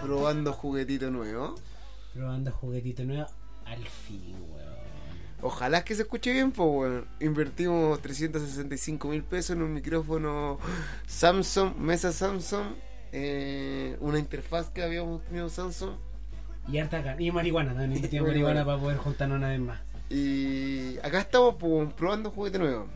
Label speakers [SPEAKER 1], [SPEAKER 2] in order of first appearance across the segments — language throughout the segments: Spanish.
[SPEAKER 1] probando juguetito nuevo.
[SPEAKER 2] Probando juguetito nuevo al fin, weón.
[SPEAKER 1] Ojalá que se escuche bien, pues, weón. Invertimos 365 mil pesos en un micrófono Samsung, mesa Samsung, eh, una interfaz que habíamos tenido Samsung.
[SPEAKER 2] Y harta can- Y marihuana también. Tiene marihuana para poder juntarnos una vez más.
[SPEAKER 1] Y acá estamos pues, probando juguete nuevo.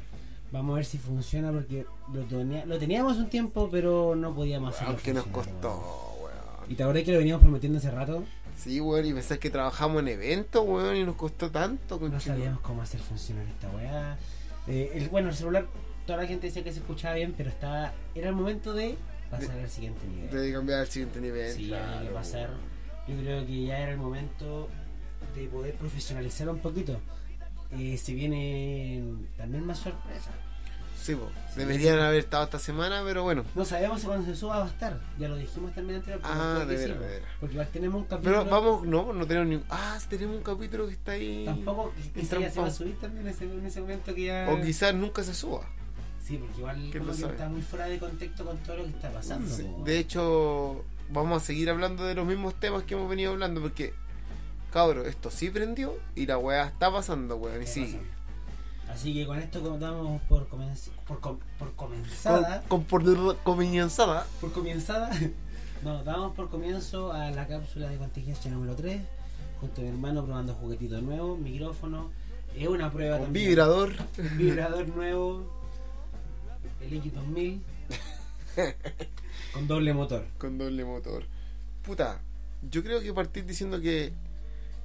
[SPEAKER 2] Vamos a ver si funciona porque lo, tenía- lo teníamos un tiempo, pero no podíamos hacerlo.
[SPEAKER 1] Aunque nos
[SPEAKER 2] funcionar,
[SPEAKER 1] costó,
[SPEAKER 2] weón.
[SPEAKER 1] weón.
[SPEAKER 2] Y te acordás que lo veníamos prometiendo hace rato.
[SPEAKER 1] Sí, weón, y pensás que trabajamos en eventos, weón, y nos costó tanto,
[SPEAKER 2] No
[SPEAKER 1] conchetumare.
[SPEAKER 2] sabíamos cómo hacer funcionar esta weá. Eh, el, bueno, el celular, toda la gente decía que se escuchaba bien, pero estaba. Era el momento de pasar al siguiente nivel.
[SPEAKER 1] De cambiar al siguiente nivel.
[SPEAKER 2] Sí,
[SPEAKER 1] claro,
[SPEAKER 2] había que pasar.
[SPEAKER 1] weón.
[SPEAKER 2] Yo creo que ya era el momento de poder profesionalizar un poquito. Eh, se vienen también más sorpresas.
[SPEAKER 1] Sí, po. deberían haber estado esta semana, pero bueno.
[SPEAKER 2] No sabemos si cuando se suba va a estar. Ya lo dijimos también antes. pero
[SPEAKER 1] Ah,
[SPEAKER 2] creo que
[SPEAKER 1] de
[SPEAKER 2] sí,
[SPEAKER 1] veras,
[SPEAKER 2] po.
[SPEAKER 1] de veras.
[SPEAKER 2] Porque igual tenemos un capítulo.
[SPEAKER 1] Pero vamos, no, no tenemos ni... Ah, tenemos un capítulo que está ahí...
[SPEAKER 2] Tampoco eh, que- que ya se va a
[SPEAKER 1] entrampado.
[SPEAKER 2] subir también ese- en ese momento que ya.
[SPEAKER 1] O quizás nunca se suba.
[SPEAKER 2] Sí, porque igual
[SPEAKER 1] ¿Quién
[SPEAKER 2] como
[SPEAKER 1] lo
[SPEAKER 2] que
[SPEAKER 1] sabe?
[SPEAKER 2] está muy fuera de contexto con todo lo que está pasando.
[SPEAKER 1] Sí.
[SPEAKER 2] po,
[SPEAKER 1] De hecho, vamos a seguir hablando de los mismos temas que hemos venido hablando porque, cabro, esto sí prendió y la weá está pasando, weón, y
[SPEAKER 2] Está
[SPEAKER 1] sigue.
[SPEAKER 2] Así que con esto como damos por, comenz- por, com- por
[SPEAKER 1] Con,
[SPEAKER 2] comenzada.
[SPEAKER 1] con por comienzada.
[SPEAKER 2] por comenzada, nos damos por comienzo a la cápsula de contingencia número 3, junto a mi hermano probando juguetito nuevo, micrófono, es una prueba
[SPEAKER 1] Con
[SPEAKER 2] también.
[SPEAKER 1] vibrador.
[SPEAKER 2] Vibrador nuevo, el X2000, con doble motor.
[SPEAKER 1] Con doble motor. Puta, yo creo que partís diciendo que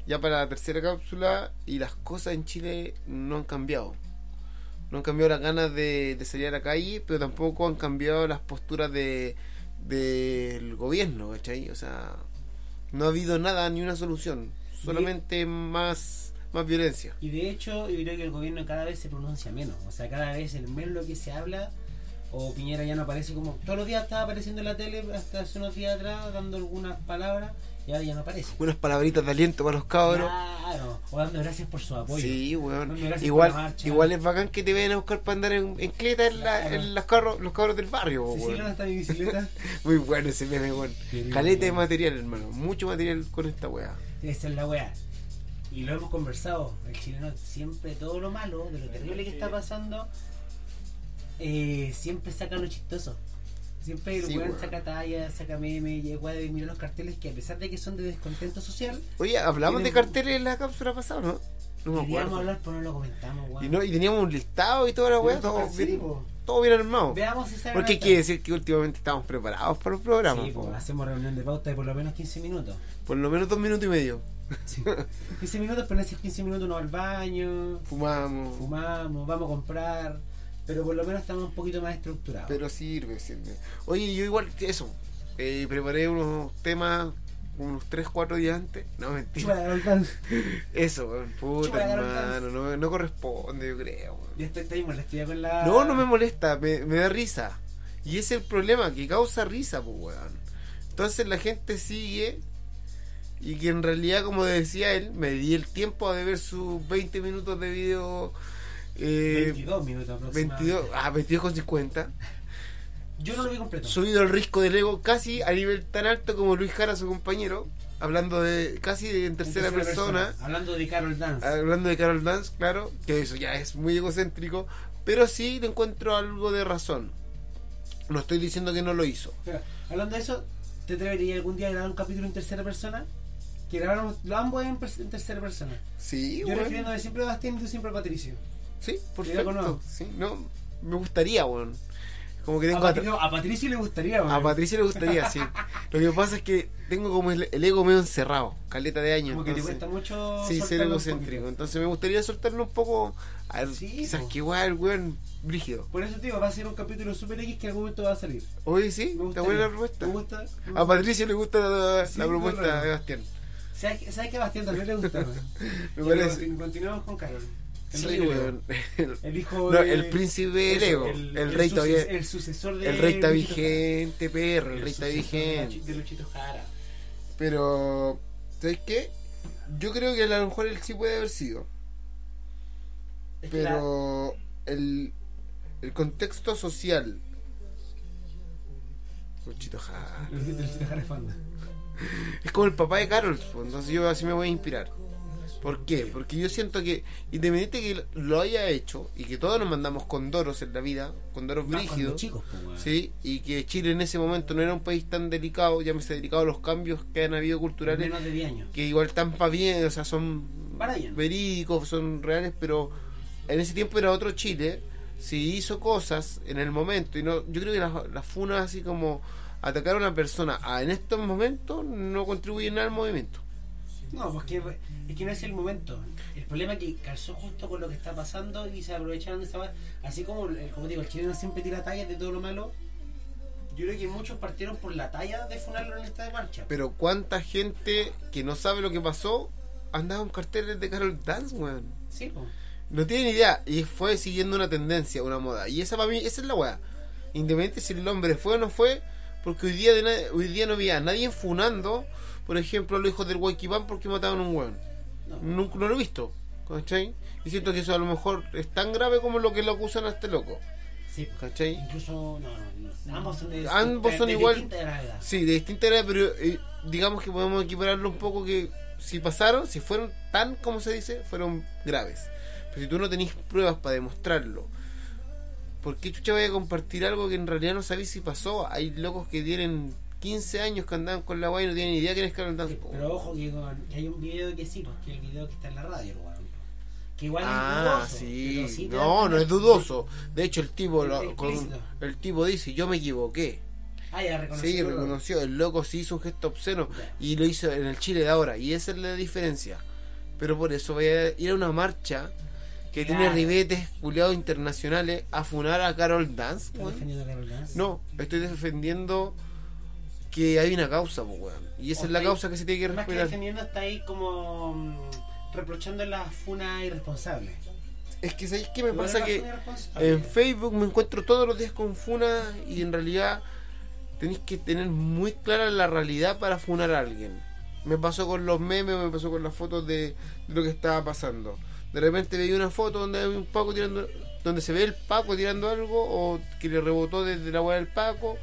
[SPEAKER 1] ya para la tercera cápsula y las cosas en Chile no han cambiado. No han cambiado las ganas de, de salir a la calle, pero tampoco han cambiado las posturas de del gobierno, ¿cachai? O sea, no ha habido nada ni una solución, solamente más más violencia.
[SPEAKER 2] Y de hecho, yo creo que el gobierno cada vez se pronuncia menos, o sea, cada vez el menos lo que se habla. O Piñera ya no aparece como todos los días estaba apareciendo en la tele hasta hace unos días atrás dando algunas palabras y ahora ya no aparece.
[SPEAKER 1] Unas palabritas de aliento para los cabros.
[SPEAKER 2] Claro, o dando gracias por su apoyo.
[SPEAKER 1] Sí, weón.
[SPEAKER 2] Dando gracias
[SPEAKER 1] Igual,
[SPEAKER 2] por la marcha.
[SPEAKER 1] igual es bacán que te vayan a buscar para andar en, en cleta en, la-
[SPEAKER 2] Claro.
[SPEAKER 1] en las carros, los cabros del barrio,
[SPEAKER 2] Sí, sí,
[SPEAKER 1] weón.
[SPEAKER 2] no, está mi bicicleta.
[SPEAKER 1] Muy bueno ese meme, weón.
[SPEAKER 2] Sí,
[SPEAKER 1] Caleta de
[SPEAKER 2] weón.
[SPEAKER 1] material, hermano. Mucho material con esta weá.
[SPEAKER 2] Esa es la weá. Y lo hemos conversado. El chileno siempre todo lo malo, de lo terrible que está pasando, eh, siempre saca lo chistoso. Siempre el
[SPEAKER 1] Sí,
[SPEAKER 2] weón
[SPEAKER 1] weón.
[SPEAKER 2] saca talla, saca meme, y el weón mira los carteles que a pesar de que son de descontento social,
[SPEAKER 1] Oye, hablamos de
[SPEAKER 2] Tiene-
[SPEAKER 1] carteles en la cápsula pasada, ¿no? No me
[SPEAKER 2] queríamos
[SPEAKER 1] acuerdo.
[SPEAKER 2] hablar, pero no lo comentamos, weón.
[SPEAKER 1] Y, no, y teníamos un listado y toda la weá,
[SPEAKER 2] Pero
[SPEAKER 1] todo,
[SPEAKER 2] sí,
[SPEAKER 1] bien,
[SPEAKER 2] po.
[SPEAKER 1] todo bien armado.
[SPEAKER 2] Veamos si sale
[SPEAKER 1] Porque hay
[SPEAKER 2] una-
[SPEAKER 1] que decir que últimamente estamos preparados para los programas.
[SPEAKER 2] Sí,
[SPEAKER 1] po.
[SPEAKER 2] po, hacemos reunión de pauta de por lo menos 15 minutos.
[SPEAKER 1] Por lo menos dos minutos y medio.
[SPEAKER 2] Sí. 15 minutos, pero en esos 15 minutos uno va al baño,
[SPEAKER 1] Fumamos.
[SPEAKER 2] fumamos, vamos a comprar, pero por lo menos estamos un poquito más estructurados.
[SPEAKER 1] Pero sirve, sirve. Oye, yo igual, eso. eh, preparé unos temas unos 3, 4 días antes. No,
[SPEAKER 2] Chupa
[SPEAKER 1] mentira.
[SPEAKER 2] la garganta.
[SPEAKER 1] Eso, weón. Puta,
[SPEAKER 2] Chúpala,
[SPEAKER 1] hermano. No, no corresponde, yo creo, weón.
[SPEAKER 2] Ya estoy, estoy molesta ya con la.
[SPEAKER 1] No, no me molesta, me, me da risa. Y ese es el problema, que causa risa, pues, weón. Entonces la gente sigue y que en realidad, como decía él, me di el tiempo de ver sus 20 minutos de video. Eh,
[SPEAKER 2] 22 minutos aproximadamente.
[SPEAKER 1] 22, ah, 22 con 50.
[SPEAKER 2] Yo no lo vi completo.
[SPEAKER 1] Subido el risco del ego casi a nivel tan alto como Luis Jara, su compañero, hablando de casi en
[SPEAKER 2] En
[SPEAKER 1] tercera, persona. Ah.
[SPEAKER 2] Hablando de Carol Dance.
[SPEAKER 1] Hablando de Carol Dance, claro, que eso ya es muy egocéntrico, pero sí le encuentro algo de razón. No estoy diciendo que no lo hizo.
[SPEAKER 2] Espera, hablando de eso, ¿te atreverías algún día a grabar un capítulo en tercera persona? Que grabáramos lo ambos en, pers- en tercera persona.
[SPEAKER 1] Sí,
[SPEAKER 2] Yo
[SPEAKER 1] weón.
[SPEAKER 2] refiriéndome siempre a Bastien y tú siempre a Patricio.
[SPEAKER 1] Sí,
[SPEAKER 2] Cuidado con
[SPEAKER 1] perfecto.
[SPEAKER 2] eso.
[SPEAKER 1] Sí, no, me gustaría, weón. Como que
[SPEAKER 2] A,
[SPEAKER 1] tengo
[SPEAKER 2] Patri-
[SPEAKER 1] a,
[SPEAKER 2] no, a Patricio le gustaría,
[SPEAKER 1] a
[SPEAKER 2] weón.
[SPEAKER 1] Patricia le gustaría, sí. Lo que pasa es que tengo como el, el ego medio encerrado, caleta de años.
[SPEAKER 2] Como que te
[SPEAKER 1] entonces-
[SPEAKER 2] cuesta mucho.
[SPEAKER 1] Sí, ser
[SPEAKER 2] soltarlo un
[SPEAKER 1] egocéntrico.
[SPEAKER 2] poquito.
[SPEAKER 1] Entonces me gustaría soltarlo un poco. A ver,
[SPEAKER 2] Sí,
[SPEAKER 1] quizás
[SPEAKER 2] po.
[SPEAKER 1] que igual, weón, brígido.
[SPEAKER 2] Por eso, tío, va a ser un capítulo super X que en algún momento va a salir.
[SPEAKER 1] Oye, sí,
[SPEAKER 2] Me
[SPEAKER 1] está
[SPEAKER 2] gustaría.
[SPEAKER 1] buena la propuesta.
[SPEAKER 2] Me gusta.
[SPEAKER 1] A Patricio le gusta la,
[SPEAKER 2] Sí,
[SPEAKER 1] la
[SPEAKER 2] no,
[SPEAKER 1] propuesta
[SPEAKER 2] no, no.
[SPEAKER 1] de Bastián.
[SPEAKER 2] ¿Sabes que- sabes que a Bastián también le gusta, weón?
[SPEAKER 1] Me
[SPEAKER 2] Ya,
[SPEAKER 1] parece.
[SPEAKER 2] pero continu- Continuamos con Carol. El
[SPEAKER 1] Sí,
[SPEAKER 2] rey Leo.
[SPEAKER 1] weón. El,
[SPEAKER 2] El hijo
[SPEAKER 1] no,
[SPEAKER 2] de-
[SPEAKER 1] el príncipe
[SPEAKER 2] eso,
[SPEAKER 1] Lego. El, rey
[SPEAKER 2] suces-
[SPEAKER 1] todavía.
[SPEAKER 2] El sucesor de.
[SPEAKER 1] El rey está
[SPEAKER 2] Luchito Jara.
[SPEAKER 1] vigente, perro. El rey está
[SPEAKER 2] sucesor de la
[SPEAKER 1] vigente.
[SPEAKER 2] chi- De Luchito Jara.
[SPEAKER 1] Pero, ¿sabes qué? Yo creo que a lo mejor él sí puede haber sido.
[SPEAKER 2] Es que
[SPEAKER 1] Pero el, el contexto social. Luchito
[SPEAKER 2] la-
[SPEAKER 1] Jara.
[SPEAKER 2] Luchito Luchito Jara es fan.
[SPEAKER 1] Es como el papá de Carol, pues, entonces yo así me voy a inspirar. ¿Por qué? Porque yo siento que, independiente que lo haya hecho, y que todos nos mandamos condoros en la vida, condoros
[SPEAKER 2] Más cuando
[SPEAKER 1] brígidos,
[SPEAKER 2] chicos, pues, weón.
[SPEAKER 1] ¿sí? y que Chile en ese momento no era un país tan delicado, ya me se delicado a los cambios que han habido culturales,
[SPEAKER 2] Menos de 10 años.
[SPEAKER 1] que igual están para bien, o sea, son
[SPEAKER 2] Para bien.
[SPEAKER 1] verídicos, son reales, pero en ese tiempo era otro Chile, si hizo cosas en el momento, y no, yo creo que las, las funas así como atacar a una persona ah, en estos momentos no contribuyen nada al movimiento.
[SPEAKER 2] No, pues que, es que no es el momento. El problema es que calzó justo con lo que está pasando y se aprovecharon de esa va- Así como, el- como digo, el chileno siempre tira tallas de todo lo malo. Yo creo que muchos partieron por la talla de funarlo en esta marcha.
[SPEAKER 1] Pero cuánta gente que no sabe lo que pasó andaba en carteles de Carol Dance, weón.
[SPEAKER 2] Sí, pues.
[SPEAKER 1] No tienen idea. Y fue siguiendo una tendencia, una moda. Y esa para mí, esa es la weá. Independiente si el hombre fue o no fue, porque hoy día, de na- hoy día no había a nadie funando, por ejemplo, a los hijos del Waikibán porque mataron a un weón.
[SPEAKER 2] No.
[SPEAKER 1] Nunca no lo he visto. ¿Cachai? Y siento que eso a lo mejor es tan grave como lo que lo acusan a este loco.
[SPEAKER 2] Sí, pues.
[SPEAKER 1] ¿Cachai?
[SPEAKER 2] Incluso, no, no, no. Ambos son de.
[SPEAKER 1] Ambos
[SPEAKER 2] de-
[SPEAKER 1] son
[SPEAKER 2] de
[SPEAKER 1] igual.
[SPEAKER 2] distinta gravedad.
[SPEAKER 1] Sí, de distinta edad, pero eh, digamos que podemos equipararlo un poco que si pasaron, si fueron tan como se dice, fueron graves. Pero si tú no tenés pruebas para demostrarlo, ¿por qué chucha vaya a compartir algo que en realidad no sabés si pasó? Hay locos que tienen 15 años que andan con la guay y no tienen ni idea que es Carol Dance. po.
[SPEAKER 2] Pero ojo que, con- que hay un video que sí, porque el video que está en la radio, el weón. Que igual
[SPEAKER 1] Ah,
[SPEAKER 2] es dudoso.
[SPEAKER 1] sí.
[SPEAKER 2] pero sí te
[SPEAKER 1] No,
[SPEAKER 2] dan-
[SPEAKER 1] no es dudoso. De hecho, el tipo,
[SPEAKER 2] Es
[SPEAKER 1] lo- con-
[SPEAKER 2] explícito.
[SPEAKER 1] el tipo dice, yo me equivoqué.
[SPEAKER 2] Ah, ya reconocí.
[SPEAKER 1] Sí, reconoció. El loco sí hizo un gesto obsceno y lo hizo en el Chile de ahora. Y esa es la diferencia. Pero por eso voy a ir a una marcha que tiene
[SPEAKER 2] Claro.
[SPEAKER 1] ribetes culiados internacionales a funar a Carol Dance.
[SPEAKER 2] ¿Estás
[SPEAKER 1] weón.
[SPEAKER 2] defendiendo a Carol Dance?
[SPEAKER 1] No, estoy defendiendo que hay una causa, po, weón. Y esa es la
[SPEAKER 2] Ok.
[SPEAKER 1] causa que se tiene que
[SPEAKER 2] Más que
[SPEAKER 1] respetar.
[SPEAKER 2] defendiendo está ahí como mm, reprochando las funas irresponsables.
[SPEAKER 1] Es que sabéis qué me
[SPEAKER 2] Igual
[SPEAKER 1] pasa
[SPEAKER 2] las
[SPEAKER 1] que
[SPEAKER 2] funas irresponsables.
[SPEAKER 1] en Facebook me encuentro todos los días con funas y en realidad tenéis que tener muy clara la realidad para funar a alguien. Me pasó con los memes, me pasó con las fotos de, de lo que estaba pasando. De repente veía una foto donde hay un Paco tirando, donde se ve el Paco tirando algo o que le rebotó desde la hueá del Paco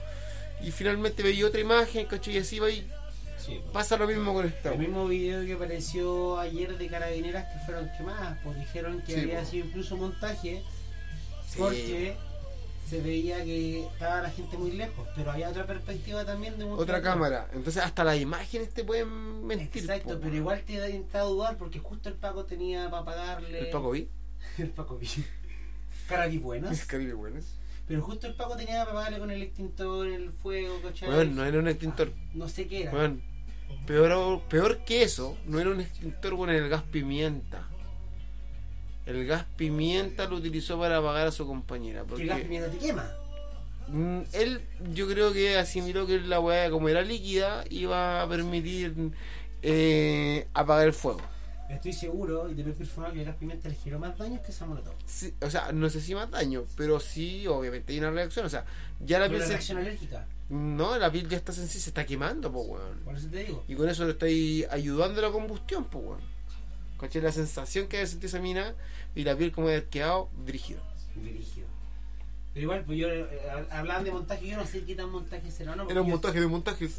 [SPEAKER 1] y finalmente veía otra imagen, ¿cachai? Y así va y
[SPEAKER 2] Sí, pues.
[SPEAKER 1] pasa lo mismo con esta.
[SPEAKER 2] El mismo video que apareció ayer de carabineras que fueron quemadas, pues dijeron que
[SPEAKER 1] Sí,
[SPEAKER 2] había
[SPEAKER 1] pues.
[SPEAKER 2] sido incluso montaje
[SPEAKER 1] Sí.
[SPEAKER 2] porque se veía que estaba la gente muy lejos, pero había otra perspectiva también de
[SPEAKER 1] Otra
[SPEAKER 2] mostrarlo.
[SPEAKER 1] cámara. Entonces hasta las imágenes te pueden mentir. pues,
[SPEAKER 2] Exacto,
[SPEAKER 1] po.
[SPEAKER 2] pero igual te da entrada a dudar porque justo el Paco tenía para pagarle.
[SPEAKER 1] El Paco vi.
[SPEAKER 2] el Paco vi. Cara que buenas.
[SPEAKER 1] Caribe Buenas.
[SPEAKER 2] Pero justo el Paco tenía para pagarle con el extintor, el fuego, ¿cachai? Ah,
[SPEAKER 1] Weón, no era un extintor.
[SPEAKER 2] No sé qué era.
[SPEAKER 1] Weón, peor, peor que eso, no era un extintor con el gas pimienta. El gas pimienta lo utilizó para apagar a su compañera.
[SPEAKER 2] que el gas
[SPEAKER 1] Porque
[SPEAKER 2] pimienta te quema.
[SPEAKER 1] mm, él, yo creo que asimiló que la weá, como era líquida, iba a permitir eh, apagar el fuego.
[SPEAKER 2] Estoy seguro y te voy a perforar que el gas pimienta le generó más daños que esa molotov.
[SPEAKER 1] Sí, o sea, no sé si más daño, pero sí, obviamente hay una reacción. O sea, ya la piel
[SPEAKER 2] Pero Una
[SPEAKER 1] se-
[SPEAKER 2] reacción alérgica,
[SPEAKER 1] No, la piel ya está sencilla, se está quemando, po, weón.
[SPEAKER 2] por eso te digo.
[SPEAKER 1] Y con eso le estáis ayudando a la combustión, pues, weón. ¿Cachai? La sensación que debe sentir esa mina y la piel como de quedado brígido.
[SPEAKER 2] Dirigido. Pero igual, pues yo eh, hablaban de montaje, yo no sé qué tan montaje será, ¿no?
[SPEAKER 1] Era un
[SPEAKER 2] Porque yo-
[SPEAKER 1] montaje de montajes.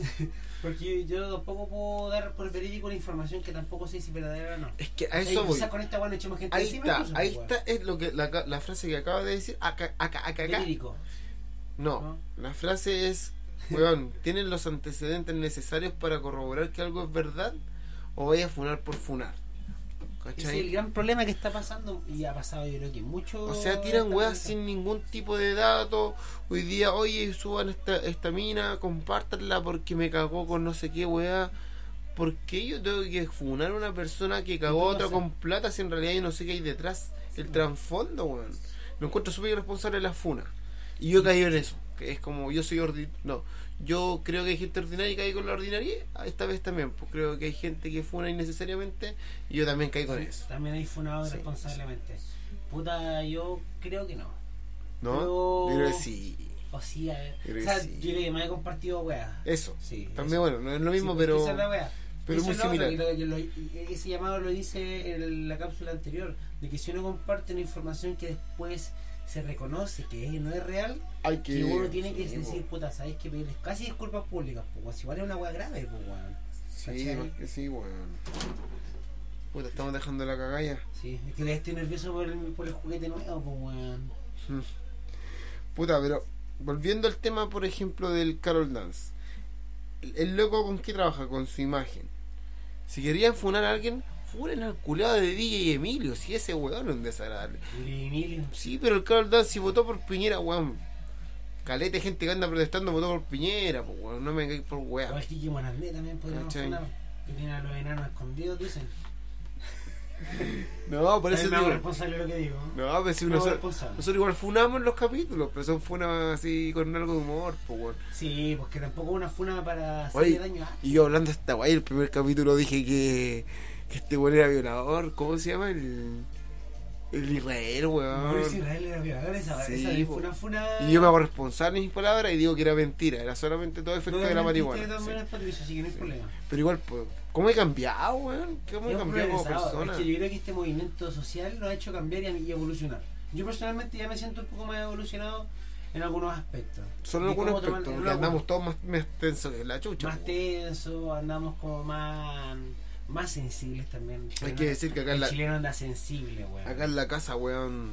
[SPEAKER 2] Porque yo tampoco puedo dar por verídico la información que tampoco sé si es verdadera o no.
[SPEAKER 1] Es que a
[SPEAKER 2] O sea,
[SPEAKER 1] eso
[SPEAKER 2] quizás
[SPEAKER 1] voy.
[SPEAKER 2] con esta weá nos echamos gente
[SPEAKER 1] Ahí
[SPEAKER 2] encima,
[SPEAKER 1] está,
[SPEAKER 2] incluso,
[SPEAKER 1] ahí
[SPEAKER 2] pues,
[SPEAKER 1] está, es lo que la, la frase que acabas de decir, acá, acá, acá,
[SPEAKER 2] weá.
[SPEAKER 1] acá.
[SPEAKER 2] Verídico.
[SPEAKER 1] No, la frase es, weón, ¿tienen los antecedentes necesarios para corroborar que algo es verdad? ¿O vaya a funar por funar?
[SPEAKER 2] Ese es el
[SPEAKER 1] ¿Cachai?
[SPEAKER 2] gran problema que está pasando y ha pasado yo creo que mucho.
[SPEAKER 1] O sea, tiran weas
[SPEAKER 2] sin
[SPEAKER 1] sin ningún tipo de dato. Hoy día, oye, suban esta, esta mina, compártanla porque me cagó con no sé qué wea. ¿Por qué yo tengo que funar a una persona que cagó a
[SPEAKER 2] tú no
[SPEAKER 1] otra
[SPEAKER 2] sé.
[SPEAKER 1] con plata si en realidad yo no sé qué hay detrás? El trasfondo, weón. Lo encuentro súper irresponsable de la funa. Y yo caí en eso. Que es como, yo soy ordinario. No, yo creo que hay gente ordinaria y caí con la ordinaria. Esta vez también, pues creo que hay gente que funa innecesariamente. Y yo también caí con eso.
[SPEAKER 2] También hay funado
[SPEAKER 1] Sí.
[SPEAKER 2] irresponsablemente. Puta, yo creo que no.
[SPEAKER 1] ¿No?
[SPEAKER 2] Pero-
[SPEAKER 1] Yo creo que sí.
[SPEAKER 2] O sí, a ver.
[SPEAKER 1] Creo
[SPEAKER 2] o
[SPEAKER 1] que
[SPEAKER 2] sea,
[SPEAKER 1] sí.
[SPEAKER 2] yo creo que me he compartido weas.
[SPEAKER 1] Eso.
[SPEAKER 2] Sí.
[SPEAKER 1] También, bueno, no es lo
[SPEAKER 2] eso.
[SPEAKER 1] mismo,
[SPEAKER 2] Sí, porque
[SPEAKER 1] pero.
[SPEAKER 2] esa es la wea.
[SPEAKER 1] pero
[SPEAKER 2] Eso
[SPEAKER 1] muy
[SPEAKER 2] es lo otro,
[SPEAKER 1] similar.
[SPEAKER 2] que lo- que lo- ese llamado lo dice en la cápsula anterior, de que si uno comparte una información que después se reconoce que es- no es real,
[SPEAKER 1] Hay
[SPEAKER 2] que uno tiene que
[SPEAKER 1] sí,
[SPEAKER 2] decir,
[SPEAKER 1] po.
[SPEAKER 2] puta, ¿sabes que pedirles casi disculpas públicas? Pues, weón, si igual es una wea grave, pues, weón.
[SPEAKER 1] Sí,
[SPEAKER 2] ¿Cachai?
[SPEAKER 1] más que sí, weón. Puta, estamos dejando la cagalla.
[SPEAKER 2] Sí, es que ya estoy nervioso por el, por el juguete nuevo, pues, weón.
[SPEAKER 1] Puta, pero volviendo al tema, por ejemplo, del Carol Dance. El, el loco con qué trabaja, con su imagen. Si querían funar a alguien, funen al culeado de DJ Emilio, si ese weón es un desagradable.
[SPEAKER 2] El Emilio.
[SPEAKER 1] Sí, pero el Carol Dance si votó por Piñera, weón. Calete gente que anda protestando votó por Piñera, pues weón, no me vengáis por
[SPEAKER 2] O
[SPEAKER 1] weón.
[SPEAKER 2] el Kiki Buenasme también podríamos
[SPEAKER 1] ¿Cachai?
[SPEAKER 2] sonar. Que tiene a los enanos escondidos, dicen.
[SPEAKER 1] No, por eso
[SPEAKER 2] También me hago
[SPEAKER 1] digo.
[SPEAKER 2] responsable de lo que digo. ¿no?
[SPEAKER 1] No, pero si
[SPEAKER 2] Me hago
[SPEAKER 1] nosotros,
[SPEAKER 2] responsable.
[SPEAKER 1] nosotros igual funamos los capítulos, pero son funas así con algo de humor, pues weón.
[SPEAKER 2] Sí, porque tampoco es una funa para hacerle
[SPEAKER 1] Oye,
[SPEAKER 2] daño a.
[SPEAKER 1] y yo hablando hasta guay, el primer capítulo dije que, que este weón era violador, ¿cómo se llama? El, el Israel, weón.
[SPEAKER 2] Boris Israel era violador, esa,
[SPEAKER 1] Sí,
[SPEAKER 2] esa
[SPEAKER 1] po.
[SPEAKER 2] funa funa.
[SPEAKER 1] Y yo me hago responsable de mis palabras y digo que era mentira, era solamente todo efecto de la marihuana. sí.
[SPEAKER 2] así que no hay problema.
[SPEAKER 1] Pero igual, pues, ¿cómo he cambiado, weón? ¿Cómo he
[SPEAKER 2] Hemos
[SPEAKER 1] cambiado como
[SPEAKER 2] progresado,
[SPEAKER 1] persona?
[SPEAKER 2] Es que yo creo que este movimiento social nos ha hecho cambiar y, y evolucionar. Yo personalmente ya me siento un poco más evolucionado en algunos aspectos.
[SPEAKER 1] Solo
[SPEAKER 2] De
[SPEAKER 1] algunos
[SPEAKER 2] cómo tomar-
[SPEAKER 1] aspectos,
[SPEAKER 2] en
[SPEAKER 1] porque
[SPEAKER 2] algunos.
[SPEAKER 1] andamos todos más, más tensos que la chucha.
[SPEAKER 2] más
[SPEAKER 1] po.
[SPEAKER 2] tenso, andamos como más, más sensibles también.
[SPEAKER 1] Hay que decir que acá en
[SPEAKER 2] el
[SPEAKER 1] la-
[SPEAKER 2] chileno anda sensible, weón.
[SPEAKER 1] Acá en la casa, weón,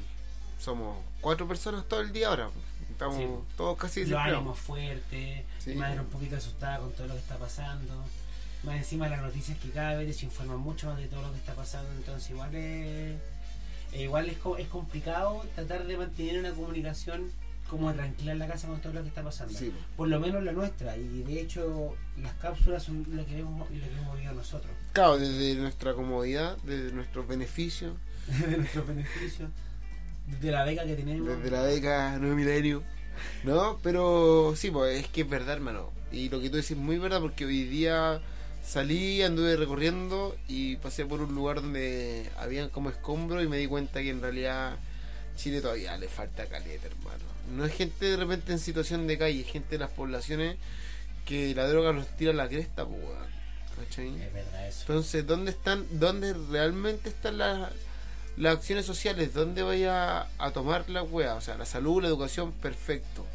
[SPEAKER 1] somos cuatro personas todo el día ahora. Estamos
[SPEAKER 2] Sí.
[SPEAKER 1] todos casi
[SPEAKER 2] Los
[SPEAKER 1] desesperados.
[SPEAKER 2] ánimos fuertes,
[SPEAKER 1] Sí.
[SPEAKER 2] mi madre un poquito asustada con todo lo que está pasando. Más encima las noticias que cada vez se informan mucho más de todo lo que está pasando, entonces igual es, e igual es, co- es complicado tratar de mantener una comunicación como tranquila en la casa con todo lo que está pasando.
[SPEAKER 1] Sí, po.
[SPEAKER 2] Por lo menos la nuestra, y de hecho las cápsulas son lo que hemos, lo que hemos vivido nosotros.
[SPEAKER 1] Claro, desde nuestra comodidad, desde nuestros beneficios,
[SPEAKER 2] de nuestros beneficios, de la beca que tenemos.
[SPEAKER 1] desde la beca no milenio. No, pero sí, pues es que es verdad, hermano. Y lo que tú decís es muy verdad porque hoy día salí, anduve recorriendo y pasé por un lugar donde habían como escombros y me di cuenta que en realidad Chile todavía le falta caleta, hermano. No es gente de repente en situación de calle, es gente de las poblaciones que la droga nos tira la cresta, pues, weón. ¿Cachai?
[SPEAKER 2] Es verdad eso.
[SPEAKER 1] Entonces, ¿dónde están, dónde realmente están las, las acciones sociales? ¿Dónde vaya a tomar la wea? O sea, la salud, la educación, perfecto.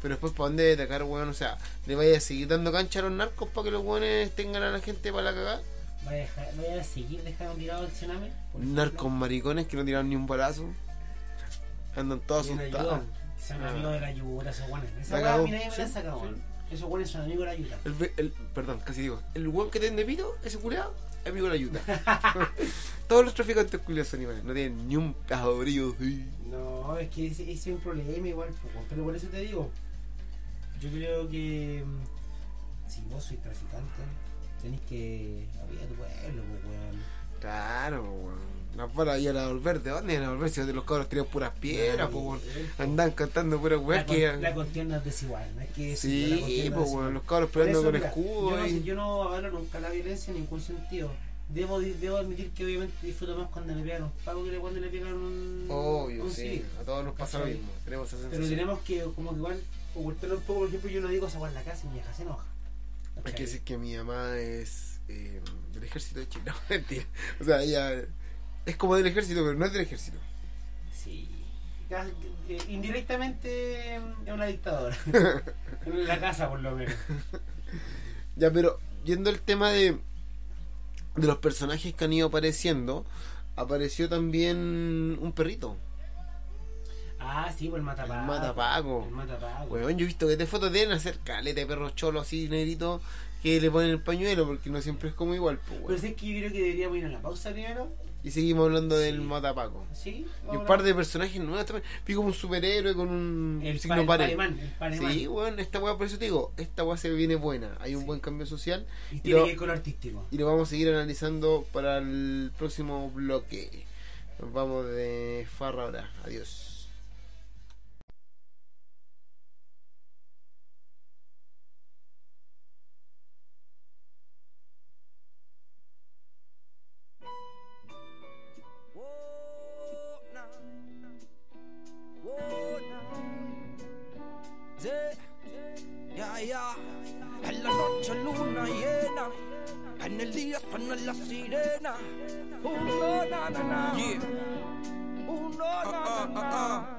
[SPEAKER 1] Pero después, ¿para dónde atacar, weón? O sea, ¿le vaya a seguir dando cancha a los narcos para que los weones tengan a la gente para la cagada?
[SPEAKER 2] ¿Voy a, dejar- voy a seguir dejando tirado el tsunami? por ejemplo?
[SPEAKER 1] Narcos maricones que no tiraron ni un balazo. Andan todos
[SPEAKER 2] Tiene
[SPEAKER 1] asustados.
[SPEAKER 2] ayuda, que Son
[SPEAKER 1] Ah.
[SPEAKER 2] amigos de la ayuda, esos guanes. Esa
[SPEAKER 1] La
[SPEAKER 2] guana a
[SPEAKER 1] cagó.
[SPEAKER 2] mí nadie me la
[SPEAKER 1] Sí,
[SPEAKER 2] saca, weón.
[SPEAKER 1] sí.
[SPEAKER 2] Esos guanes son amigos de la ayuda.
[SPEAKER 1] El, ve- el- perdón, casi digo. El weón que tiene pito, ese culeado, es amigo de la ayuda. todos los traficantes culeados son iguales. No tienen ni un pedazo de brillo. sí.
[SPEAKER 2] No, es que ese, ese es un problema igual, po, weón. pero por eso te digo. Yo creo que mm, si vos sois traficante, tenés que abrir a tu pueblo, po, weón.
[SPEAKER 1] Claro, weón. Las balas iban a volver. ¿De dónde iban a volver? Si de los cabros tiraban puras piedras, po, weón. Andan cantando puras
[SPEAKER 2] La,
[SPEAKER 1] weas
[SPEAKER 2] con-
[SPEAKER 1] que.
[SPEAKER 2] la contienda es desigual, no hay que decirlo, la
[SPEAKER 1] sí,
[SPEAKER 2] contienda
[SPEAKER 1] po,
[SPEAKER 2] es
[SPEAKER 1] weón.
[SPEAKER 2] desigual.
[SPEAKER 1] Los cabros
[SPEAKER 2] Por
[SPEAKER 1] peleando
[SPEAKER 2] eso,
[SPEAKER 1] con
[SPEAKER 2] mira, yo
[SPEAKER 1] escudo.
[SPEAKER 2] no,
[SPEAKER 1] y-
[SPEAKER 2] yo no avalo nunca la violencia en ningún sentido. Debo, di- debo admitir que obviamente disfruto más cuando me pegan un pago que cuando le pegan un,
[SPEAKER 1] Obvio,
[SPEAKER 2] un
[SPEAKER 1] sí.
[SPEAKER 2] civil.
[SPEAKER 1] A todos nos pasa lo mismo. Tenemos esa
[SPEAKER 2] Pero
[SPEAKER 1] sensación.
[SPEAKER 2] tenemos que como que igual ocultarlo un poco, por ejemplo, yo no digo esa hueá en la casa y mi hija se enoja.
[SPEAKER 1] Hay
[SPEAKER 2] ¿Cachai?
[SPEAKER 1] que decir que mi mamá es eh, del ejército de Chile. No, mentira. O sea, ella es como del ejército, pero no es del ejército.
[SPEAKER 2] Sí. Ca- eh, Indirectamente mm, es una dictadora. en la casa por lo menos.
[SPEAKER 1] Ya, pero yendo al tema de, de los personajes que han ido apareciendo, apareció también un perrito.
[SPEAKER 2] Ah, sí, por el matapago.
[SPEAKER 1] El matapago.
[SPEAKER 2] El matapago.
[SPEAKER 1] Weón, yo he visto que de fotos deben hacer caleta de perros cholos así negritos que le ponen el pañuelo porque no siempre es como igual, pues,
[SPEAKER 2] Pero
[SPEAKER 1] weón.
[SPEAKER 2] es que yo creo que deberíamos ir a la pausa primero.
[SPEAKER 1] Y seguimos hablando del
[SPEAKER 2] Sí.
[SPEAKER 1] matapaco.
[SPEAKER 2] Sí.
[SPEAKER 1] Y un
[SPEAKER 2] Vamos a-
[SPEAKER 1] par de personajes nuevos también. Vi como un superhéroe con un
[SPEAKER 2] El,
[SPEAKER 1] signo
[SPEAKER 2] pa- el
[SPEAKER 1] pared.
[SPEAKER 2] palemán, el palemán.
[SPEAKER 1] Sí, weón, esta weá, por eso te digo, esta weá se viene buena. Hay un
[SPEAKER 2] Sí.
[SPEAKER 1] buen cambio social
[SPEAKER 2] Y
[SPEAKER 1] Y
[SPEAKER 2] tiene
[SPEAKER 1] lo-
[SPEAKER 2] que ver con lo artístico.
[SPEAKER 1] y lo vamos a seguir analizando para el próximo bloque. Nos vamos de farra ahora. Adiós.
[SPEAKER 3] Ya, ya, en la noche luna llena, en el día suenan las sirenas. Oh, na, na, na, na. Yeah. Oh, no, na, na, na.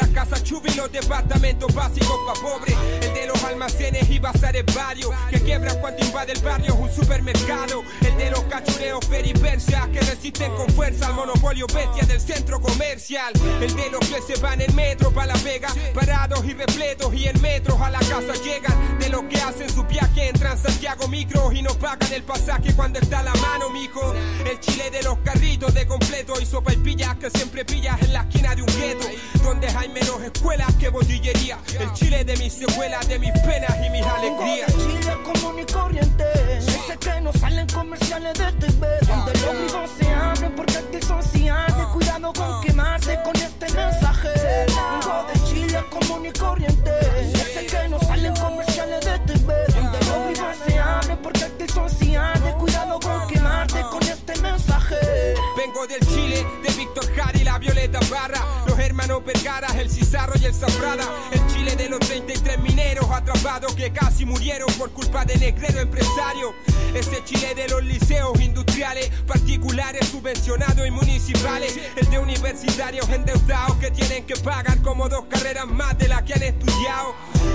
[SPEAKER 3] Las casas chubis y los departamentos básicos para pobres. El de los almacenes y bazares varios que quiebran cuando invade el barrio un supermercado. El de los cachureos peripersias que resisten con fuerza al monopolio bestia del centro comercial. El de los que se van en metro para la vega, parados y repletos y en metros a la casa llegan. De los que hacen su viaje en Transantiago micro y no pagan el pasaje cuando está a la mano, mijo. El chile de los carritos de completo y sopa y pillas que siempre pillas en la esquina de un gueto, donde hay menos escuelas que botillería. El chile de mis secuelas, de mis penas y mis
[SPEAKER 4] Vengo de
[SPEAKER 3] alegrías.
[SPEAKER 4] Chile común y corriente. Ese que no salen comerciales de TV. Donde los vivos se abren porque aquí son cianes. Cuidado con quemarse con este mensaje. Vengo de Chile común y corriente. Ese que no salen comerciales de TV. Donde los vivos se abren porque aquí son cianes. Cuidado con quemarse con este mensaje.
[SPEAKER 3] Vengo del Chile, de Víctor Jara y la Violeta Barra, los hermanos Vergara, el Cizarro y el Zafrada, el Chile de los 33 mineros atrapados que casi murieron por culpa del negrero empresario, ese Chile de los liceos industriales, particulares, subvencionados y municipales, el de universitarios endeudados que tienen que pagar como dos carreras más de las que han estudiado,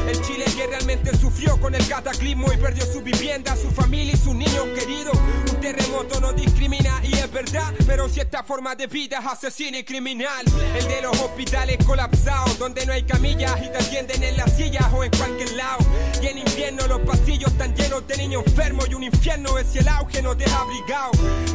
[SPEAKER 3] el Chile que realmente sufrió con el cataclismo y perdió su vivienda, su familia y sus niños queridos, un terremoto no discrimina y es verdad, pero si esta forma de vida es asesina y criminal, el de los hospitales colapsados, donde no hay camillas y te atienden en las sillas o en cualquier lado. Y en invierno los pasillos están llenos de niños enfermos y un infierno es el auge no te ha abrigado.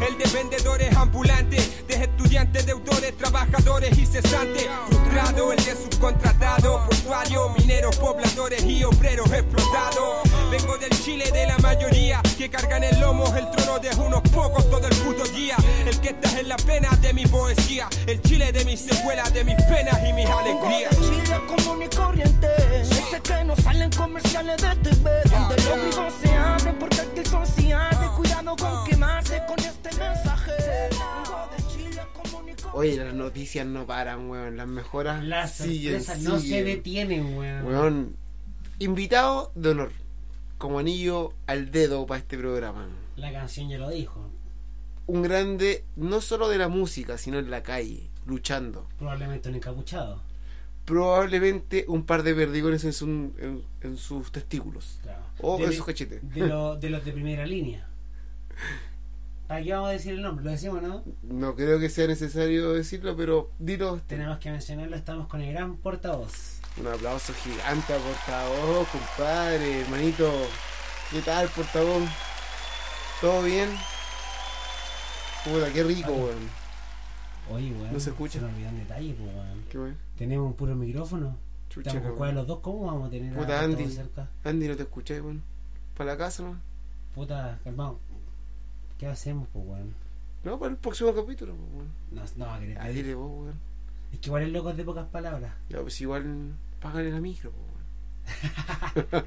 [SPEAKER 3] El de vendedores ambulantes, de estudiantes, deudores, trabajadores y cesantes, frustrado, el de subcontratados, portuarios, mineros, pobladores y obreros explotados. Vengo del Chile de la mayoría, que cargan en lomos el trono de unos pocos todo el puto día. El que estás en la pena de mi poesía, el Chile de mis secuelas, de mis penas y mis
[SPEAKER 4] Vengo de
[SPEAKER 3] alegrías.
[SPEAKER 4] Chile común y corriente. Ese que no salen comerciales de TV. Donde los vivos se abren porque aquí son cianes. Cuidado con quemarse con este mensaje. Vengo de Chile común y corriente.
[SPEAKER 1] Oye, las noticias no paran, weón. Las mejoras
[SPEAKER 2] Las
[SPEAKER 1] siguen,
[SPEAKER 2] sorpresas no se
[SPEAKER 1] siguen.
[SPEAKER 2] detienen, weón.
[SPEAKER 1] Weón, invitado de honor. Como anillo al dedo para este programa.
[SPEAKER 2] La canción ya lo dijo.
[SPEAKER 1] Un grande, no solo de la música, sino en la calle, luchando.
[SPEAKER 2] Probablemente un encapuchado.
[SPEAKER 1] Probablemente un par de perdigones en, su- en- en sus testículos.
[SPEAKER 2] Claro.
[SPEAKER 1] O
[SPEAKER 2] De-
[SPEAKER 1] en sus cachetes.
[SPEAKER 2] De, lo- de los de primera línea. ¿Para qué vamos a decir el nombre? ¿Lo decimos, no?
[SPEAKER 1] No creo que sea necesario decirlo, pero dilo. usted.
[SPEAKER 2] Tenemos que mencionarlo, estamos con el gran portavoz.
[SPEAKER 1] Un aplauso gigante al portavoz, compadre, hermanito. ¿Qué tal, portavoz? ¿Todo bien? Puta, qué rico, weón.
[SPEAKER 2] Oye, weón.
[SPEAKER 1] No se escucha.
[SPEAKER 2] nos olvidó un detalle, pues, weón.
[SPEAKER 1] Qué weón.
[SPEAKER 2] Tenemos un puro micrófono.
[SPEAKER 1] Chucha,
[SPEAKER 2] Estamos con
[SPEAKER 1] weón.
[SPEAKER 2] cuál de los dos, ¿cómo vamos a tener a
[SPEAKER 1] Puta, Andy.
[SPEAKER 2] portavoz cerca?
[SPEAKER 1] Andy, no te escuché, weón. ¿Para la casa, no?
[SPEAKER 2] Puta, calmado. ¿Qué hacemos, pues, weón?
[SPEAKER 1] No, para el próximo capítulo, pues, weón.
[SPEAKER 2] No, no, que-
[SPEAKER 1] Ah, dile vos, weón.
[SPEAKER 2] es que igual es loco de pocas palabras.
[SPEAKER 1] Ya, pues igual págale la micro, pues, weón.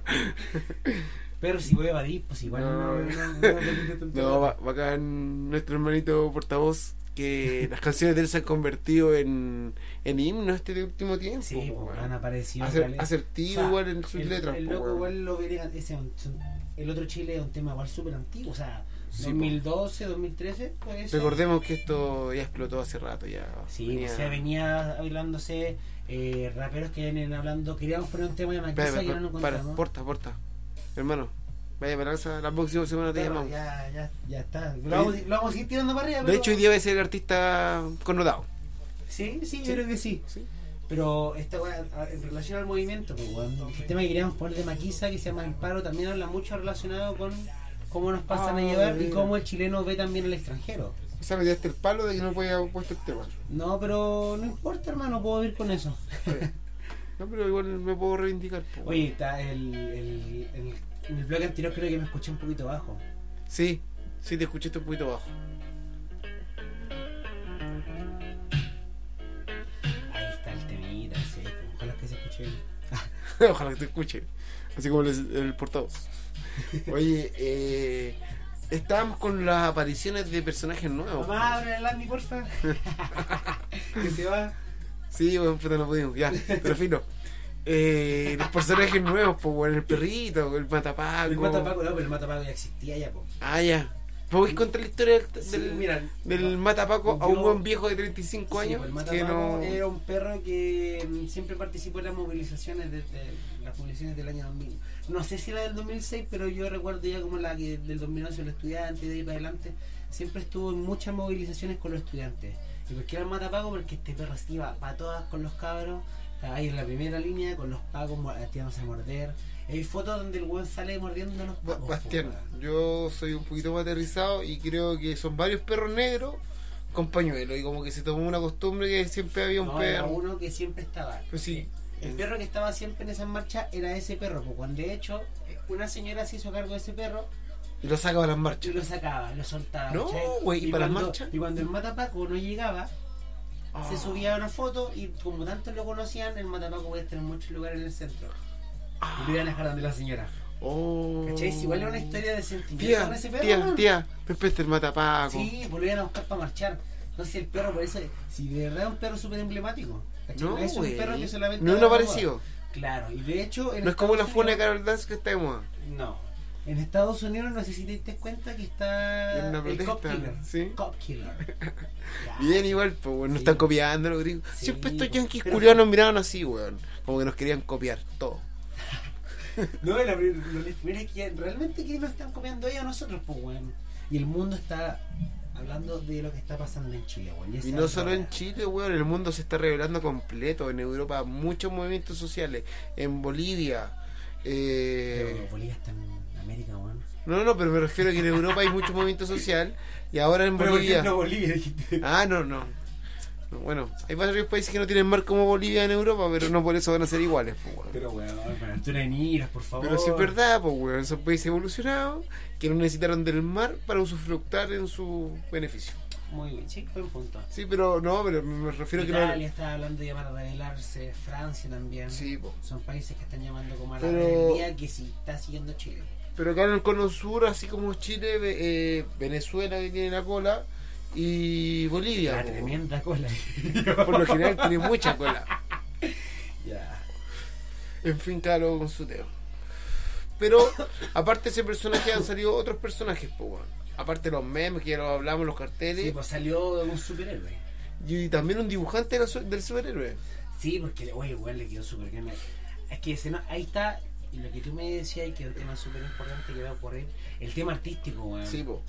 [SPEAKER 2] Pero si voy a evadir, pues igual no.
[SPEAKER 1] No.
[SPEAKER 2] No, no, no, no,
[SPEAKER 1] No, ba- bacán nuestro hermanito portavoz que las canciones de él se han convertido en, en himno este último tiempo.
[SPEAKER 2] Sí,
[SPEAKER 1] po,
[SPEAKER 2] pues,
[SPEAKER 1] weón.
[SPEAKER 2] han aparecido.
[SPEAKER 1] Acer-
[SPEAKER 2] caleta.
[SPEAKER 1] asertivo
[SPEAKER 2] O sea,
[SPEAKER 1] igual en sus
[SPEAKER 2] el-
[SPEAKER 1] letras.
[SPEAKER 2] El
[SPEAKER 1] po,
[SPEAKER 2] loco
[SPEAKER 1] weón.
[SPEAKER 2] igual lo vería. Ese, es un- son- el otro Chile es un tema igual súper antiguo. O sea,
[SPEAKER 1] Sí,
[SPEAKER 2] 2012, 2013. Pues,
[SPEAKER 1] Recordemos que esto ya explotó hace rato, ya.
[SPEAKER 2] Sí,
[SPEAKER 1] venía-
[SPEAKER 2] o sea, venía hablándose eh, raperos que vienen hablando. Queríamos poner un tema de
[SPEAKER 1] Espera,
[SPEAKER 2] Maquisa y
[SPEAKER 1] espera,
[SPEAKER 2] ahora no
[SPEAKER 1] para,
[SPEAKER 2] encontramos.
[SPEAKER 1] porta, porta. Hermano, vaya para la casa, la próxima semana te
[SPEAKER 2] Pero
[SPEAKER 1] llamamos.
[SPEAKER 2] ya, ya, ya está. Lo vamos, lo vamos a seguir tirando para arriba.
[SPEAKER 1] De
[SPEAKER 2] pero-
[SPEAKER 1] hecho, hoy día va a ser artista connotado.
[SPEAKER 2] Sí, sí, yo creo que sí.
[SPEAKER 1] Sí.
[SPEAKER 2] Pero esta weá, a- en relación al movimiento, pues, weón, el tema que queríamos poner de Maquisa, que se llama El Paro, también habla mucho relacionado con cómo nos pasan a
[SPEAKER 1] Ah,
[SPEAKER 2] llevar y
[SPEAKER 1] mira.
[SPEAKER 2] cómo el chileno ve también al extranjero.
[SPEAKER 1] O sea, me tiraste el palo de que no podía haber puesto el tema.
[SPEAKER 2] No, pero no importa, hermano, puedo vivir con eso.
[SPEAKER 1] No, pero igual me puedo reivindicar. pues, po.
[SPEAKER 2] Oye, está el, el, el- en el blog anterior creo que me escuché un poquito bajo.
[SPEAKER 1] Sí, sí, te escuchaste un poquito bajo.
[SPEAKER 2] Ahí está el temita.
[SPEAKER 5] Ojalá que te escuche. Así como les- el portavoz. Oye, eh, estábamos con las apariciones de personajes nuevos.
[SPEAKER 2] Mamá, abre el Andy, porfa. que se va.
[SPEAKER 5] Sí, bueno, puta, no pudimos, ya, pero fino. Eh, los personajes nuevos, pues, bueno, el perrito, el matapaco.
[SPEAKER 2] El matapaco, no, pero el matapaco ya existía ya, po.
[SPEAKER 5] Ah, ya. ¿Me voy a contar la historia del, del,
[SPEAKER 2] Sí, mira,
[SPEAKER 5] del
[SPEAKER 2] no.
[SPEAKER 5] matapaco a un
[SPEAKER 2] Yo-
[SPEAKER 5] buen viejo de 35
[SPEAKER 2] Sí,
[SPEAKER 5] años?
[SPEAKER 2] pues el
[SPEAKER 5] que
[SPEAKER 2] Matapaco
[SPEAKER 5] no...
[SPEAKER 2] era un perro que mm, siempre participó en las movilizaciones desde las movilizaciones del año 2000. No sé si era del 2006, pero yo recuerdo ya como la que del 2011 los estudiantes de ahí para adelante siempre estuvo en muchas movilizaciones con los estudiantes. ¿Y por qué era el Matapaco? Porque este perro se iba para todas con los cabros, ahí en la primera línea con los pacos mo- tirándose a morder. Hay fotos donde el weón sale mordiendo a los
[SPEAKER 5] Ba-
[SPEAKER 2] pacos. po,
[SPEAKER 5] Bastián,
[SPEAKER 2] weón.
[SPEAKER 5] yo soy un poquito más aterrizado y creo que son varios perros negros con pañuelo. Y como que se tomó una costumbre que siempre había un
[SPEAKER 2] No, era
[SPEAKER 5] perro.
[SPEAKER 2] uno que siempre estaba.
[SPEAKER 5] Pues sí.
[SPEAKER 2] El perro que estaba siempre en esas marchas era ese perro, pues cuando de hecho eh, una señora se hizo cargo de ese perro
[SPEAKER 5] Y lo sacaba a las
[SPEAKER 2] y
[SPEAKER 5] marchas.
[SPEAKER 2] lo sacaba, lo soltaba.
[SPEAKER 5] No,
[SPEAKER 2] ¿cachai?
[SPEAKER 5] güey, ¿y para
[SPEAKER 2] cuando-
[SPEAKER 5] marcha?
[SPEAKER 2] Y cuando el matapaco no llegaba,
[SPEAKER 5] Ah.
[SPEAKER 2] se subía a una foto y como tantos lo conocían, el matapaco puede estar en muchos lugares en el centro. Y lo iban a dejar donde la señora.
[SPEAKER 5] Ah. Oh.
[SPEAKER 2] ¿Cachai? Si Igual era una historia de sentimiento
[SPEAKER 5] Tía,
[SPEAKER 2] con ese perro.
[SPEAKER 5] tía,
[SPEAKER 2] weón.
[SPEAKER 5] tía, Pepe el matapaco.
[SPEAKER 2] Sí, pues lo iban a buscar para marchar. Entonces el perro, por eso, si de verdad es un perro súper emblemático. ¿cachai?
[SPEAKER 5] No,
[SPEAKER 2] es un
[SPEAKER 5] güey.
[SPEAKER 2] perro que solamente.
[SPEAKER 5] No
[SPEAKER 2] da
[SPEAKER 5] es lo
[SPEAKER 2] la moda.
[SPEAKER 5] parecido.
[SPEAKER 2] Claro, y de hecho. en
[SPEAKER 5] No es como la
[SPEAKER 2] Estados
[SPEAKER 5] funa de
[SPEAKER 2] Unidos-
[SPEAKER 5] Carol Dance que está de moda.
[SPEAKER 2] No. En Estados Unidos no sé si te diste cuenta que está
[SPEAKER 5] En una
[SPEAKER 2] el cop
[SPEAKER 5] protesta,
[SPEAKER 2] killer.
[SPEAKER 5] ¿sí?
[SPEAKER 2] Cop killer. Ya.
[SPEAKER 5] Bien igual, pues bueno, no
[SPEAKER 2] Sí.
[SPEAKER 5] están copiando los gringos.
[SPEAKER 2] Sí,
[SPEAKER 5] Siempre estos
[SPEAKER 2] pues,
[SPEAKER 5] yankees
[SPEAKER 2] pero-
[SPEAKER 5] culiados nos miraban así, weón. Como que nos querían copiar todo.
[SPEAKER 2] No, la, pri- lo- lo- mira que realmente que nos están comiendo ellos a nosotros, pues bueno. Y el mundo está hablando de lo que está pasando en Chile, weón.
[SPEAKER 5] Y no solo en Chile, weón, el mundo se está revelando completo. En Europa muchos movimientos sociales. En Bolivia. Eh...
[SPEAKER 2] Bolivia está en América, weón.
[SPEAKER 5] No, no, pero me refiero a que en Europa hay mucho movimiento social. Y ahora en Bolivia...
[SPEAKER 2] Bolivia, dijiste.
[SPEAKER 5] Ah, no, no. No, Bueno, hay varios países que no tienen mar como Bolivia en Europa, pero no por eso van a ser iguales. Pues, weón.
[SPEAKER 2] Pero weón, para altura de miras, por favor.
[SPEAKER 5] Pero sí es verdad, pues, weón, son países evolucionados que no necesitaron del mar para usufructar en su beneficio.
[SPEAKER 2] Muy bien, sí, buen punto.
[SPEAKER 5] Sí, pero no, pero me refiero
[SPEAKER 2] Italia
[SPEAKER 5] que no.
[SPEAKER 2] está hablando de llamar a rebelarse, Francia también.
[SPEAKER 5] Sí, po.
[SPEAKER 2] Son países que están llamando como a la
[SPEAKER 5] Pero-
[SPEAKER 2] rebeldía que sí está siguiendo Chile.
[SPEAKER 5] Pero acá en el cono sur, así como Chile, ve- eh, Venezuela que tiene la cola y Bolivia.
[SPEAKER 2] La
[SPEAKER 5] po.
[SPEAKER 2] tremenda cola.
[SPEAKER 5] Por lo general tiene mucha cola.
[SPEAKER 2] ya.
[SPEAKER 5] En fin, cada loco con su teo. Pero, aparte de ese personaje, han salido otros personajes, pues, weón. Aparte los memes que ya los hablamos, los carteles.
[SPEAKER 2] Sí, pues salió un superhéroe.
[SPEAKER 5] Y también un dibujante de la su- del superhéroe.
[SPEAKER 2] Sí, porque, oye, weón, le quedó súper bien. Es que se no- ahí está, y lo que tú me decías, y que es un tema súper importante que va a ocurrir, el tema artístico, weón.
[SPEAKER 5] Sí, po.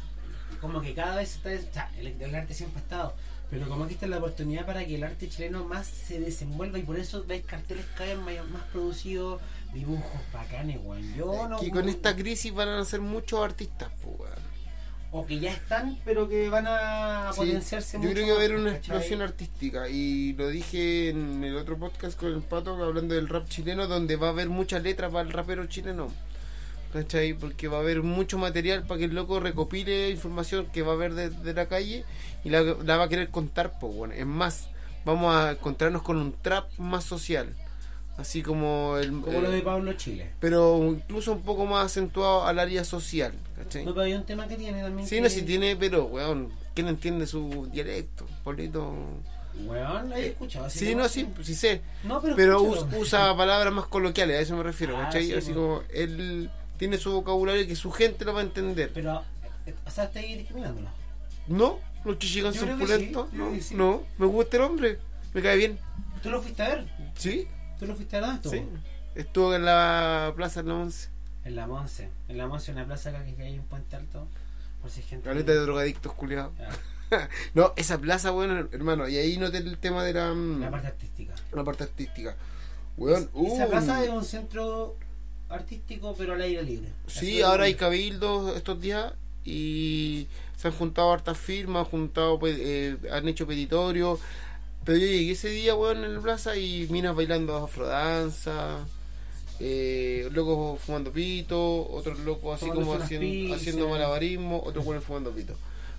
[SPEAKER 2] como que cada vez está, o sea, el, el arte siempre ha estado, pero como que esta es la oportunidad para que el arte chileno más se desenvuelva y por eso ves carteles cada vez más, más producidos, dibujos bacanes, weón. Yo no.
[SPEAKER 5] que con esta crisis van a nacer muchos artistas, pues, weón.
[SPEAKER 2] O que ya están, pero que van a
[SPEAKER 5] Sí,
[SPEAKER 2] potenciarse
[SPEAKER 5] yo
[SPEAKER 2] mucho.
[SPEAKER 5] creo que va a haber
[SPEAKER 2] más,
[SPEAKER 5] una
[SPEAKER 2] ¿cachai?
[SPEAKER 5] explosión artística y lo dije en el otro podcast con el Pato hablando del rap chileno donde va a haber muchas letras para el rapero chileno ¿cachai? porque va a haber mucho material para que el loco recopile información que va a haber desde la calle y la, la va a querer contar po, bueno. es más vamos a encontrarnos con un trap más social así como el
[SPEAKER 2] Como lo
[SPEAKER 5] eh,
[SPEAKER 2] de Pablo Chile.
[SPEAKER 5] pero incluso un poco más acentuado al área social ¿cachai?
[SPEAKER 2] No, pero hay un tema que tiene también.
[SPEAKER 5] Sí,
[SPEAKER 2] que-
[SPEAKER 5] no, si tiene, pero, weón, ¿quién entiende su dialecto? Pablito.
[SPEAKER 2] Weón, lo he escuchado. ese
[SPEAKER 5] Eh, Sí,
[SPEAKER 2] tema?
[SPEAKER 5] no, sí, sí sé.
[SPEAKER 2] No, pero.
[SPEAKER 5] Pero us-
[SPEAKER 2] escúchalo.
[SPEAKER 5] usa palabras más coloquiales, a eso me refiero,
[SPEAKER 2] Ah,
[SPEAKER 5] ¿cachai?
[SPEAKER 2] sí,
[SPEAKER 5] Así
[SPEAKER 2] bueno.
[SPEAKER 5] como, él tiene su vocabulario que su gente lo va a entender.
[SPEAKER 2] Pero, eh, o sea, está ahí discriminándolo.
[SPEAKER 5] ¿No? Los chichigan
[SPEAKER 2] Yo
[SPEAKER 5] son
[SPEAKER 2] creo que
[SPEAKER 5] pulentos.
[SPEAKER 2] sí, yo
[SPEAKER 5] no,
[SPEAKER 2] creo que sí.
[SPEAKER 5] no, me gusta el hombre, me cae bien.
[SPEAKER 2] ¿Tú lo fuiste a ver?
[SPEAKER 5] ¿Sí?
[SPEAKER 2] ¿Tú lo fuiste a ver? ¿Dónde
[SPEAKER 5] Sí.
[SPEAKER 2] estuvo?
[SPEAKER 5] Estuvo en la plaza en la once.
[SPEAKER 2] En la Monse, en la Monse, en la plaza acá que hay un puente alto, por si hay gente.
[SPEAKER 5] Caleta de drogadictos, culiados.
[SPEAKER 2] Ah,
[SPEAKER 5] No, esa plaza, bueno, hermano, y ahí noté el tema de la, mm,
[SPEAKER 2] la parte artística.
[SPEAKER 5] la parte artística. Weón,
[SPEAKER 2] Esa
[SPEAKER 5] uh,
[SPEAKER 2] plaza es un centro artístico, pero al aire libre.
[SPEAKER 5] Sí, ahora hay cabildos estos días y se han juntado hartas firmas, han juntado, pues, eh, han hecho petitorios. Pero yo llegué ese día, weón, en la plaza y minas bailando afrodanza, eh, locos fumando pito, otros locos así
[SPEAKER 2] Tomándose
[SPEAKER 5] como
[SPEAKER 2] unas
[SPEAKER 5] haciendo,
[SPEAKER 2] pizzas.
[SPEAKER 5] haciendo malabarismo, otros weones fumando pito.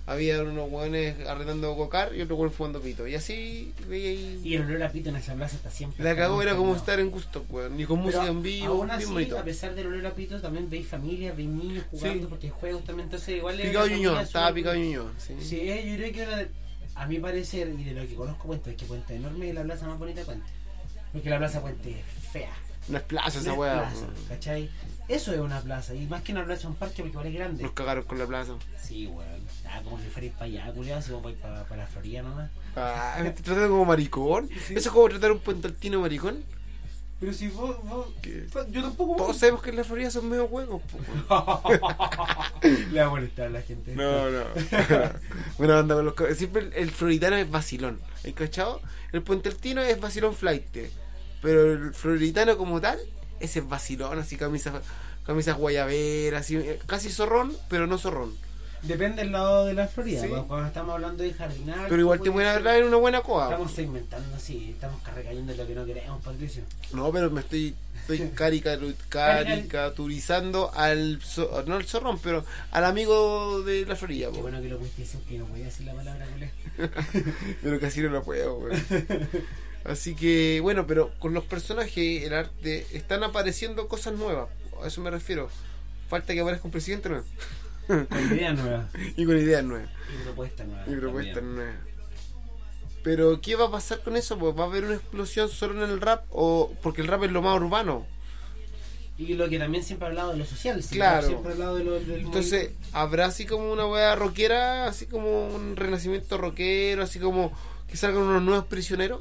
[SPEAKER 5] había unos hueones arrendando cocar y otro hueón fumando pito. Y así veía ahí.
[SPEAKER 2] Y el olor a pito en esa plaza está siempre.
[SPEAKER 5] La cagó era como
[SPEAKER 2] No.
[SPEAKER 5] estar en gusto, hueón. Y con
[SPEAKER 2] Pero
[SPEAKER 5] música en vivo,
[SPEAKER 2] Aún
[SPEAKER 5] bien
[SPEAKER 2] así,
[SPEAKER 5] bonito.
[SPEAKER 2] a pesar del olor a pito, también veis familia, veis niños jugando
[SPEAKER 5] Sí.
[SPEAKER 2] porque hay juegos también. Entonces, igual es
[SPEAKER 5] Picado
[SPEAKER 2] una
[SPEAKER 5] Ñuñoa,
[SPEAKER 2] familia
[SPEAKER 5] estaba
[SPEAKER 2] súper-
[SPEAKER 5] picado Ñuñoa. Sí.
[SPEAKER 2] Sí, eh, yo creo que era, de- a mi parecer, y de lo que conozco Puente, es que Puente Enorme es la plaza más bonita de Puente. Porque la plaza Puente es fea.
[SPEAKER 5] No es plaza esa
[SPEAKER 2] No es
[SPEAKER 5] hueá.
[SPEAKER 2] plaza,
[SPEAKER 5] hueón.
[SPEAKER 2] ¿Cachai? Eso es una plaza. Y más que una plaza, es un parque porque igual es grande.
[SPEAKER 5] Nos cagaron con la plaza.
[SPEAKER 2] Sí, weón. Ah, como si fuerais para allá, culiado, si vos vais para la Florida nomás.
[SPEAKER 5] Ah, me trataron como maricón. Eso es como tratar a un puentaltino maricón.
[SPEAKER 2] Pero si vos, vos.
[SPEAKER 5] ¿Qué?
[SPEAKER 2] Yo tampoco.
[SPEAKER 5] Todos sabemos que en la Florida son medio huecos, po, hueón.
[SPEAKER 2] Le va a molestar a la gente.
[SPEAKER 5] No, no. Buena onda con los co- Siempre el, el floridano es vacilón. ¿Hay cachado? El puenteltino es vacilón flight. Pero el floridano como tal, ese es vacilón, así camisa, camisas guayaberas, así, eh, casi zorrón, pero no zorrón.
[SPEAKER 2] Depende del lado de la Florida. pues,
[SPEAKER 5] Sí.
[SPEAKER 2] Cuando cuando estamos hablando de jardinar.
[SPEAKER 5] Pero igual te pueden hablar en una buena coa.
[SPEAKER 2] Estamos segmentando, sí. Estamos carrecayendo en lo que no queremos, Patricio.
[SPEAKER 5] No, pero me estoy, estoy caricaru- caricaturizando al zo- no al zorrón, pero al amigo de la Florida,
[SPEAKER 2] Qué
[SPEAKER 5] po.
[SPEAKER 2] bueno que lo pusiste eso, que no podía decir la palabra, culé.
[SPEAKER 5] pero casi no lo puedo, weón. Así que, bueno, pero con los personajes, el arte, están apareciendo cosas nuevas. A eso me refiero. Falta que aparezca un presidente nuevo.
[SPEAKER 2] Con idea nueva.
[SPEAKER 5] Y con ideas nuevas.
[SPEAKER 2] Y propuesta nueva.
[SPEAKER 5] Y propuestas
[SPEAKER 2] también.
[SPEAKER 5] nuevas. Pero, ¿qué va a pasar con eso? Pues, ¿Va a haber una explosión solo en el rap? o Porque el rap es lo más urbano.
[SPEAKER 2] Y lo que también siempre ha hablado de lo social. siempre-
[SPEAKER 5] Claro.
[SPEAKER 2] Siempre ha hablado de lo, del
[SPEAKER 5] Entonces, ¿habrá así como una hueá rockera? Así como un renacimiento rockero, así como que salgan unos nuevos prisioneros.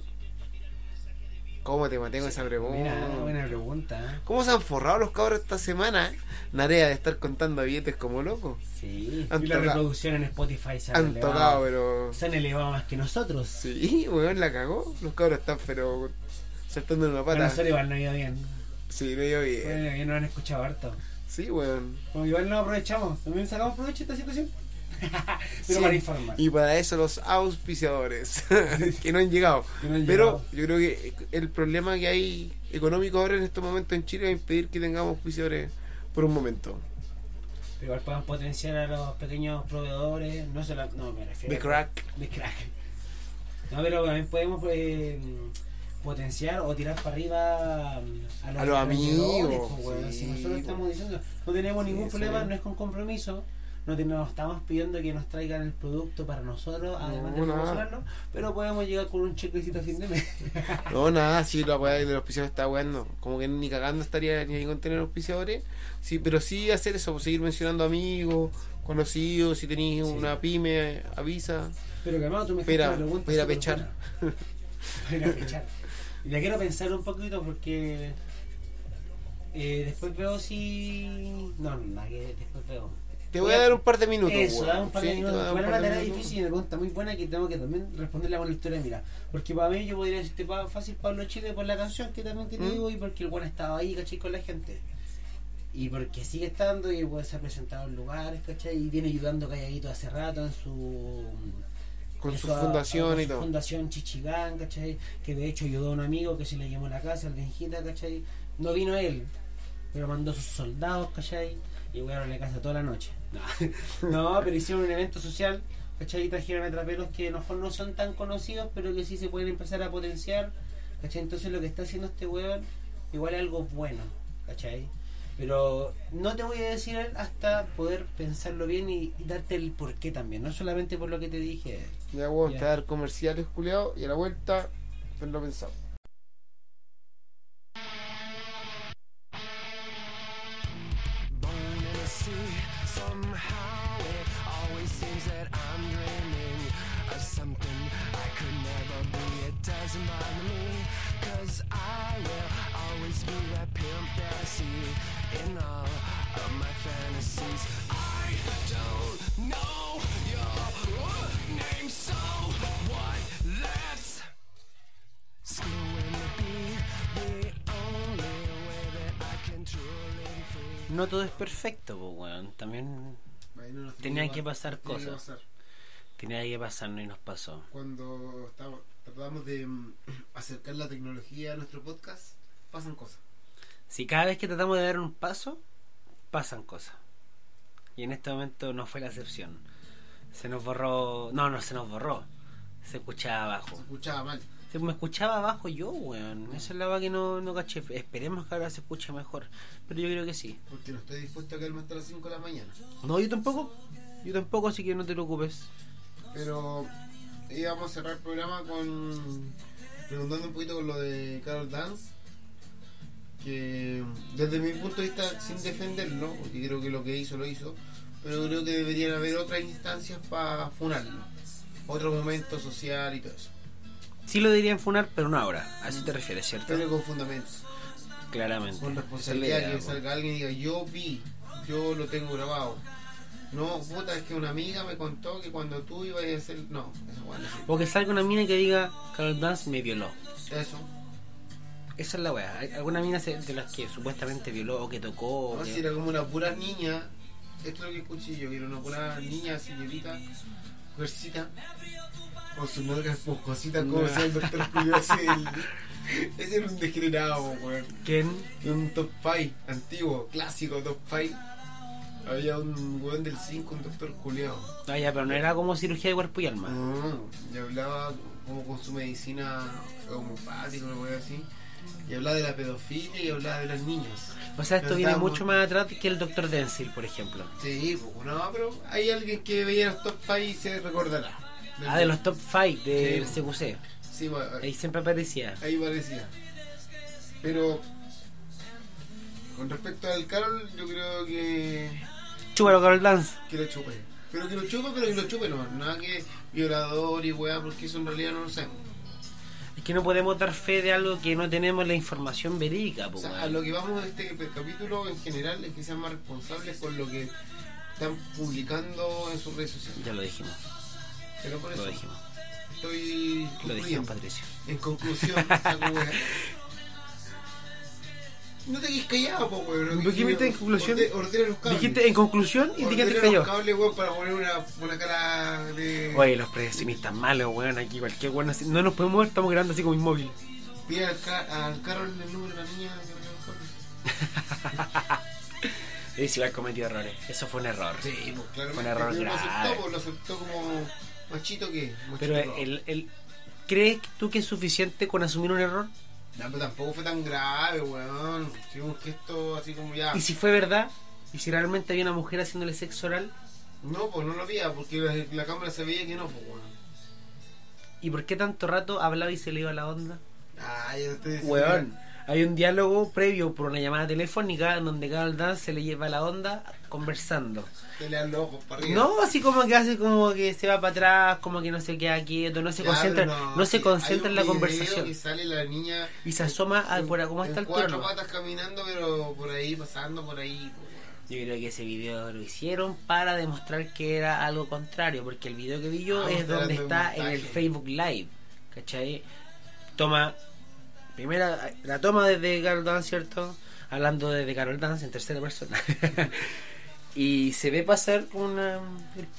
[SPEAKER 5] ¿Cómo te mantengo esa pregunta?
[SPEAKER 2] Mira, buena pregunta. ¿eh?
[SPEAKER 5] ¿Cómo se han forrado los cabros esta semana? eh? Narea de estar contando billetes como loco.
[SPEAKER 2] Sí.
[SPEAKER 5] Han
[SPEAKER 2] y la
[SPEAKER 5] tocado-
[SPEAKER 2] reproducción en Spotify se han,
[SPEAKER 5] Han
[SPEAKER 2] elevado.
[SPEAKER 5] tocado, pero.
[SPEAKER 2] Se han elevado más que nosotros.
[SPEAKER 5] Sí, weón, la cagó. Los cabros están, pero. saltando en una
[SPEAKER 2] Bueno,
[SPEAKER 5] pata.
[SPEAKER 2] nosotros igual no ha ido bien.
[SPEAKER 5] Sí, medio bien.
[SPEAKER 2] Bueno, bien, nos han escuchado harto.
[SPEAKER 5] Sí, weón.
[SPEAKER 2] Como igual no aprovechamos. También sacamos provecho de esta situación. Pero
[SPEAKER 5] Sí,
[SPEAKER 2] para informar.
[SPEAKER 5] Y para eso los auspiciadores que no han llegado.
[SPEAKER 2] Que no han
[SPEAKER 5] Pero
[SPEAKER 2] llegado.
[SPEAKER 5] yo creo que el problema que hay económico ahora en estos momentos en Chile va a impedir que tengamos auspiciadores por un momento.
[SPEAKER 2] Pero igual podemos potenciar a los pequeños proveedores. No, se la, no me refiero.
[SPEAKER 5] De crack.
[SPEAKER 2] De crack. No, pero también podemos eh, potenciar o tirar para arriba mm, a los,
[SPEAKER 5] A los
[SPEAKER 2] emprendedores,
[SPEAKER 5] amigos,
[SPEAKER 2] pues, weón.
[SPEAKER 5] sí,
[SPEAKER 2] si nosotros
[SPEAKER 5] pues.
[SPEAKER 2] estamos diciendo, no tenemos
[SPEAKER 5] Sí,
[SPEAKER 2] ningún
[SPEAKER 5] sí.
[SPEAKER 2] problema, no es con compromiso. No, te- no estamos pidiendo que nos traigan el producto para nosotros, además de
[SPEAKER 5] No, nada.
[SPEAKER 2] promocionarlo, pero podemos llegar con un chequecito a fin de mes.
[SPEAKER 5] No, nada, sí, la weá de los auspiciadores está bueno. Como que ni cagando estaría ni ahí con tener auspiciadores. Sí, pero sí hacer eso, pues, seguir mencionando amigos, conocidos. Si tenéis
[SPEAKER 2] Sí.
[SPEAKER 5] una pyme, avisa.
[SPEAKER 2] Pero calmado, tú me
[SPEAKER 5] Espera,
[SPEAKER 2] hiciste una pregunta
[SPEAKER 5] espera,
[SPEAKER 2] súper
[SPEAKER 5] pechar.
[SPEAKER 2] buena. Espera, pechar. Y la quiero pensar un poquito porque eh, después veo si. No, nada que después veo.
[SPEAKER 5] Te voy a dar un par de minutos.
[SPEAKER 2] Eso,
[SPEAKER 5] weón,
[SPEAKER 2] da un par de
[SPEAKER 5] sí, te voy a
[SPEAKER 2] minutos.
[SPEAKER 5] dar un
[SPEAKER 2] Bueno,
[SPEAKER 5] par
[SPEAKER 2] una
[SPEAKER 5] de
[SPEAKER 2] tarea
[SPEAKER 5] minutos.
[SPEAKER 2] difícil y una pregunta muy buena que tengo que también responderla con la historia. Mira, porque para mí yo podría decirte pa- fácil Pablo Chile por la canción que también que te
[SPEAKER 5] ¿Mm?
[SPEAKER 2] digo y porque el buen estaba ahí, ¿cachai? Con la gente. Y porque sigue estando y el buen se ha presentado en lugares, ¿cachai? Y viene ayudando calladito hace rato en su.
[SPEAKER 5] Con
[SPEAKER 2] en
[SPEAKER 5] su
[SPEAKER 2] a-
[SPEAKER 5] fundación
[SPEAKER 2] con
[SPEAKER 5] y
[SPEAKER 2] su
[SPEAKER 5] todo.
[SPEAKER 2] Fundación Chichigán, ¿cachai? Que de hecho ayudó a un amigo que se le llamó la casa, al Benjita, ¿cachai? No vino él, pero mandó sus soldados, ¿cachai? Y jugaron la casa toda la noche. No, No, pero hicieron un evento social, ¿cachai? Y trajeron a traperos que a lo mejor no son tan conocidos, pero que sí se pueden empezar a potenciar, ¿cachai? Entonces lo que está haciendo este weón, igual es algo bueno, ¿cachai? Pero no te voy a decir hasta poder pensarlo bien y, y darte el porqué también, no solamente por lo que te dije.
[SPEAKER 5] Ya, weón,
[SPEAKER 2] Ya.
[SPEAKER 5] te voy a dar comerciales, culiao, y a la vuelta, pues lo pensamos.
[SPEAKER 6] Born in a sea, somehow it always seems that I'm dreaming of something I could never be. It doesn't bother me, cause I will always be that pimp that I see in all of my fantasies. I don't know your uh, name, so what? Let's. Screwing the beat, the only way that I can truly free.
[SPEAKER 2] No todo es perfecto, pues weón. También Tenían que pasar
[SPEAKER 5] Tenía que
[SPEAKER 2] cosas.
[SPEAKER 5] pasar.
[SPEAKER 2] tenía que pasarnos y nos pasó.
[SPEAKER 5] Cuando estamos, tratamos de mm, acercar la tecnología a nuestro podcast, pasan cosas.
[SPEAKER 2] Si cada vez que tratamos de dar un paso, pasan cosas. Y en este momento no fue la excepción. Se nos borró. No, no se nos borró. Se escuchaba abajo.
[SPEAKER 1] Se escuchaba mal.
[SPEAKER 2] Se- me escuchaba abajo yo, weón. Esa es la va que no, no caché. Esperemos que ahora se escuche mejor. Pero yo creo que sí.
[SPEAKER 1] Porque no estoy dispuesto a quedarme hasta las 5 de la mañana.
[SPEAKER 2] No, yo tampoco. Yo tampoco, así que no te preocupes.
[SPEAKER 1] Pero íbamos a cerrar el programa con. Preguntando un poquito con lo de Carol Dance. Que desde mi punto de vista, sin defenderlo, porque creo que lo que hizo lo hizo, pero creo que deberían haber otras instancias para funarlo. Otro momento social y todo eso.
[SPEAKER 2] Sí lo dirían funar, pero no ahora. A eso te refieres, ¿cierto?
[SPEAKER 1] Pero con fundamentos.
[SPEAKER 2] Claramente.
[SPEAKER 1] Con
[SPEAKER 2] Esa
[SPEAKER 1] responsabilidad que
[SPEAKER 2] es la idea,
[SPEAKER 1] salga alguien y diga, yo vi, yo lo tengo grabado. No, puta, es que una amiga me contó que cuando tú ibas a hacer... No, eso bueno,
[SPEAKER 2] po. O que salga una mina que diga, Carol Dance me violó.
[SPEAKER 1] sí. Eso.
[SPEAKER 2] Esa es la weá. Hay- Alguna mina se- de las que supuestamente violó o que tocó. o
[SPEAKER 1] No,
[SPEAKER 2] que-
[SPEAKER 1] si era como una pura niña. Esto es lo que escuché yo, que era una pura niña, señorita, mujercita, con sus nalgas poscositas, como
[SPEAKER 2] No.
[SPEAKER 1] decía el doctor Julio, ese, el- ese era un degenerado, weón.
[SPEAKER 2] ¿Quién?
[SPEAKER 1] De un top 5, antiguo, clásico top 5. Había un weón del 5, un doctor Julio.
[SPEAKER 2] No, Ah, ya, pero no era como cirugía de cuerpo y alma.
[SPEAKER 1] No,
[SPEAKER 5] Mm.
[SPEAKER 1] y hablaba como con su medicina homeopática, una cosa así. Y hablaba de la pedofilia y hablaba de los niños.
[SPEAKER 2] O sea, esto
[SPEAKER 1] Pero
[SPEAKER 2] viene
[SPEAKER 1] estábamos-
[SPEAKER 2] mucho más atrás que el Dr. Denzil, por ejemplo.
[SPEAKER 1] Sí, pues, no, pero hay alguien que veía los top 5 y se recordará.
[SPEAKER 2] Ah, de los top 5 del
[SPEAKER 1] Sí.
[SPEAKER 2] CQC.
[SPEAKER 1] Sí, pues,
[SPEAKER 2] Ahí siempre aparecía.
[SPEAKER 1] ahí parecía. Pero con respecto al Carol, yo creo que,
[SPEAKER 2] Chúbalo, Carol Dance.
[SPEAKER 1] que lo chupe. Pero que lo chupe, pero que lo chupe, no. Nada que violador y weá, porque eso en realidad no lo sabemos.
[SPEAKER 2] Es que no podemos dar fe de algo que no tenemos la información verídica, po,
[SPEAKER 1] O sea,
[SPEAKER 2] weón.
[SPEAKER 1] a lo que vamos de este capítulo en general es que sean más responsables con lo que están publicando en sus redes sociales.
[SPEAKER 2] Ya lo dijimos,
[SPEAKER 1] Pero por
[SPEAKER 2] lo
[SPEAKER 1] eso
[SPEAKER 2] dijimos.
[SPEAKER 1] estoy
[SPEAKER 2] Lo
[SPEAKER 1] concluyendo.
[SPEAKER 2] dijimos, Patricio.
[SPEAKER 1] En conclusión, esta wea. No te quedes callado, po, weón.
[SPEAKER 2] ¿Pero qué viste en conclusión?
[SPEAKER 1] Orde- ordena los cables.
[SPEAKER 2] Dijiste en conclusión y
[SPEAKER 1] Ordena
[SPEAKER 2] dijiste
[SPEAKER 1] los
[SPEAKER 2] que yo.
[SPEAKER 1] cables, weón, para poner una, una cara de.
[SPEAKER 2] Oye, los predecinistas malos, weón, aquí cualquier weón así. No nos podemos mover, estamos grabando así como inmóvil.
[SPEAKER 1] Pide al, ca- al Carol el número de la niña. que me lo informe.
[SPEAKER 2] Y si va a cometido errores. Eso fue un error.
[SPEAKER 1] Sí, pues claramente.
[SPEAKER 2] un error
[SPEAKER 1] pero lo
[SPEAKER 2] grave.
[SPEAKER 1] aceptó, pues, lo aceptó como machito que. machito
[SPEAKER 2] Pero
[SPEAKER 1] rojo.
[SPEAKER 2] el, el- ¿crees tú que es suficiente con asumir un error?
[SPEAKER 1] No, pero tampoco fue tan grave, weón. Tuvimos que esto así como ya.
[SPEAKER 2] ¿Y si fue verdad? ¿Y si realmente había una mujer haciéndole sexo oral?
[SPEAKER 1] No, pues no lo había, porque la, la cámara se veía que no, pues, weón.
[SPEAKER 2] ¿Y por qué tanto rato hablaba y se le iba la onda?
[SPEAKER 1] Ah, yo no estoy diciendo.
[SPEAKER 2] Weón, hay un diálogo previo por una llamada telefónica en donde Carol Dance se le lleva la onda conversando.
[SPEAKER 1] Que le dan los ojos para arriba.
[SPEAKER 2] No, así como que hace como que se va para atrás, como que no se queda quieto, no se
[SPEAKER 1] Ya,
[SPEAKER 2] concentra,
[SPEAKER 1] pero
[SPEAKER 2] no,
[SPEAKER 1] sí,
[SPEAKER 2] se concentra
[SPEAKER 1] hay
[SPEAKER 2] en
[SPEAKER 1] un
[SPEAKER 2] la
[SPEAKER 1] video
[SPEAKER 2] conversación.
[SPEAKER 1] que sale la niña
[SPEAKER 2] Y se asoma a,
[SPEAKER 1] en-
[SPEAKER 2] por a- como
[SPEAKER 1] en
[SPEAKER 2] está el
[SPEAKER 1] cuatro
[SPEAKER 2] trono.
[SPEAKER 1] patas caminando, pero por ahí, pasando por ahí. pues, po, weón.
[SPEAKER 2] Yo creo que ese video lo hicieron para demostrar que era algo contrario, porque el video que vi yo
[SPEAKER 1] Ah,
[SPEAKER 2] es
[SPEAKER 1] está
[SPEAKER 2] donde
[SPEAKER 1] dando
[SPEAKER 2] está
[SPEAKER 1] montaje.
[SPEAKER 2] en el Facebook Live, ¿cachai? Toma, primera, la toma desde Carol Dance, ¿cierto? Hablando desde Carol Dance en tercera persona. y se ve pasar una,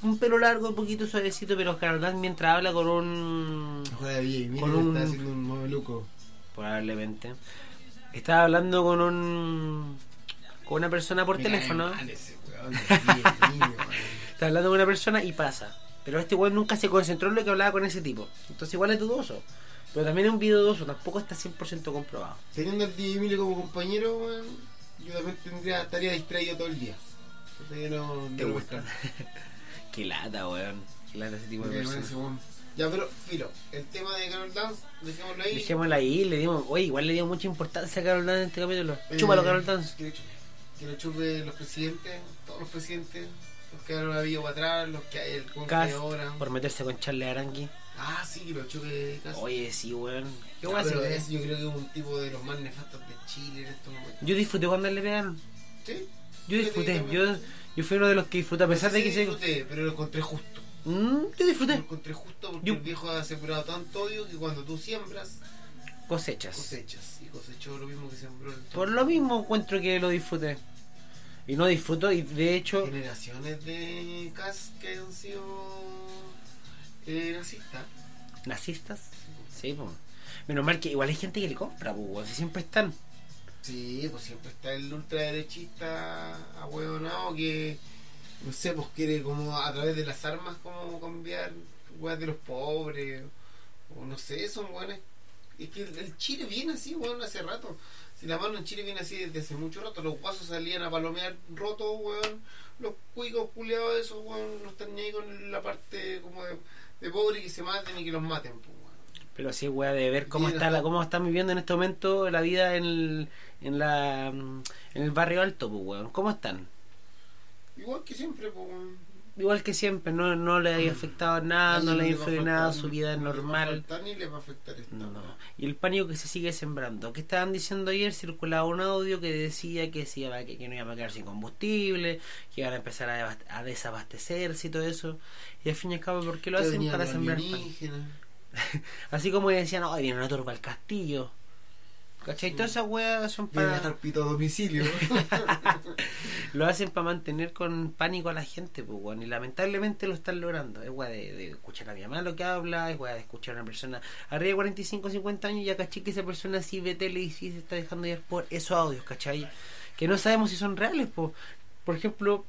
[SPEAKER 2] un pelo largo, un poquito suavecito, pero Carol Dance mientras habla con un...
[SPEAKER 1] Con
[SPEAKER 2] que
[SPEAKER 1] un-
[SPEAKER 2] está haciendo
[SPEAKER 1] un mameluco.
[SPEAKER 2] probablemente. Estaba hablando con un... con una persona por
[SPEAKER 1] Me cae
[SPEAKER 2] teléfono.
[SPEAKER 1] mal ese weón, el niño, weón.
[SPEAKER 2] Está hablando con una persona y pasa. Pero este weón nunca se concentró en lo que hablaba con ese tipo. Entonces igual es dudoso. Pero también es un video dudoso, tampoco está 100% comprobado.
[SPEAKER 1] Teniendo al DJ Emilio como compañero, weón, yo también tendría, estaría distraído todo el día. Entonces yo no- no
[SPEAKER 2] Te
[SPEAKER 1] lo
[SPEAKER 2] gusta.
[SPEAKER 1] busco.
[SPEAKER 2] Qué lata, weón. Qué lata ese tipo
[SPEAKER 1] Me
[SPEAKER 2] de
[SPEAKER 1] cae mal ese
[SPEAKER 2] persona.
[SPEAKER 1] weón. Ya, pero, filo, el tema de Carol Dance, dejémoslo ahí.
[SPEAKER 2] Dejémosla ahí, le dimos, oye, igual le dio mucha importancia a Carol Dance en este capítulo.
[SPEAKER 1] Eh,
[SPEAKER 2] Chúpalo, Carol Dance.
[SPEAKER 1] Que lo chupe. Que lo chupe los presidentes, todos los presidentes, los que ahora habido para atrás, los que hay el conde
[SPEAKER 2] Cast,
[SPEAKER 1] ahora.
[SPEAKER 2] por meterse con Charles Arangui.
[SPEAKER 1] Ah, sí, que lo chupe Cast.
[SPEAKER 2] Oye, sí, weón. Qué
[SPEAKER 1] No,
[SPEAKER 2] guay,
[SPEAKER 1] pero
[SPEAKER 2] sí,
[SPEAKER 1] es, yo creo que es un tipo de los más nefastos de Chile en estos momentos.
[SPEAKER 2] Yo disfruté cuando le pegaron.
[SPEAKER 1] ¿Sí?
[SPEAKER 2] Yo disfruté. Yo, yo fui uno de los que disfruté, a pesar de que se...
[SPEAKER 1] disfruté, pero lo encontré justo.
[SPEAKER 2] Mm, yo
[SPEAKER 1] Lo
[SPEAKER 2] disfruté.
[SPEAKER 1] encontré justo porque
[SPEAKER 2] Yo-
[SPEAKER 1] el viejo ha asegurado tanto odio que cuando tú siembras,
[SPEAKER 2] Cosechas.
[SPEAKER 1] cosechas. Y cosechó lo mismo que sembró el
[SPEAKER 2] Por lo mismo encuentro que lo disfruté. Y no disfruto, y de hecho,
[SPEAKER 1] Generaciones de Cas que han sido eh, racistas.
[SPEAKER 2] nazistas. Sí, pues. Menos mal que igual hay gente que le compra, pues, siempre están.
[SPEAKER 1] Sí, pues siempre está el ultraderechista ahueonado que no sé, pues quiere como a través de las armas como cambiar weas de los pobres, o no sé, son buenas. Es que el, el Chile viene así, weón, hace rato. Si la mano en Chile viene así desde hace mucho rato, los guasos salían a palomear rotos, weón, los cuicos culiados esos, weón, no están ni ahí con la parte como de, de pobre que se maten y que los maten, pues, weón.
[SPEAKER 2] Pero así, weá, de ver cómo
[SPEAKER 1] Sí,
[SPEAKER 2] está
[SPEAKER 1] ajá.
[SPEAKER 2] la, cómo están viviendo en este momento la vida en el, en la, mm, en el barrio alto, pues, weón. ¿Cómo están?
[SPEAKER 1] Igual que siempre, pues, weón.
[SPEAKER 2] Igual que siempre, no, no le había afectado nada, no
[SPEAKER 1] Nadie
[SPEAKER 2] le
[SPEAKER 1] va
[SPEAKER 2] ha
[SPEAKER 1] a
[SPEAKER 2] influido
[SPEAKER 1] faltar-
[SPEAKER 2] nada, su vida es
[SPEAKER 1] no le va a
[SPEAKER 2] normal.
[SPEAKER 1] faltar Ni le va a afectar esto.
[SPEAKER 2] No, no. Y el pánico que se sigue sembrando. ¿Qué estaban diciendo ayer? Circulaba un audio que decía que, se iba, que, que no iban a quedar sin combustible, que iban a empezar a, debas- a desabastecerse y todo eso. Y al fin y al cabo, ¿por qué lo
[SPEAKER 1] Que
[SPEAKER 2] hacen
[SPEAKER 1] venían
[SPEAKER 2] para
[SPEAKER 1] los
[SPEAKER 2] sembrar pánico?
[SPEAKER 1] alienígenas.
[SPEAKER 2] Así como decían, hoy viene una turba al castillo. ¿Cachai? Todas esas weas son
[SPEAKER 1] Viene a
[SPEAKER 2] para...
[SPEAKER 1] dejar pito a domicilio.
[SPEAKER 2] Lo hacen para mantener con pánico a la gente, pues, weón. Y lamentablemente lo están logrando. Es weá de, de escuchar a mi mamá lo que habla, es weá de escuchar a una persona arriba de 45, 50 años y ya caché que esa persona sí ve tele y sí se está dejando llevar por esos audios, ¿cachai? Que no sabemos si son reales, pues. Por ejemplo,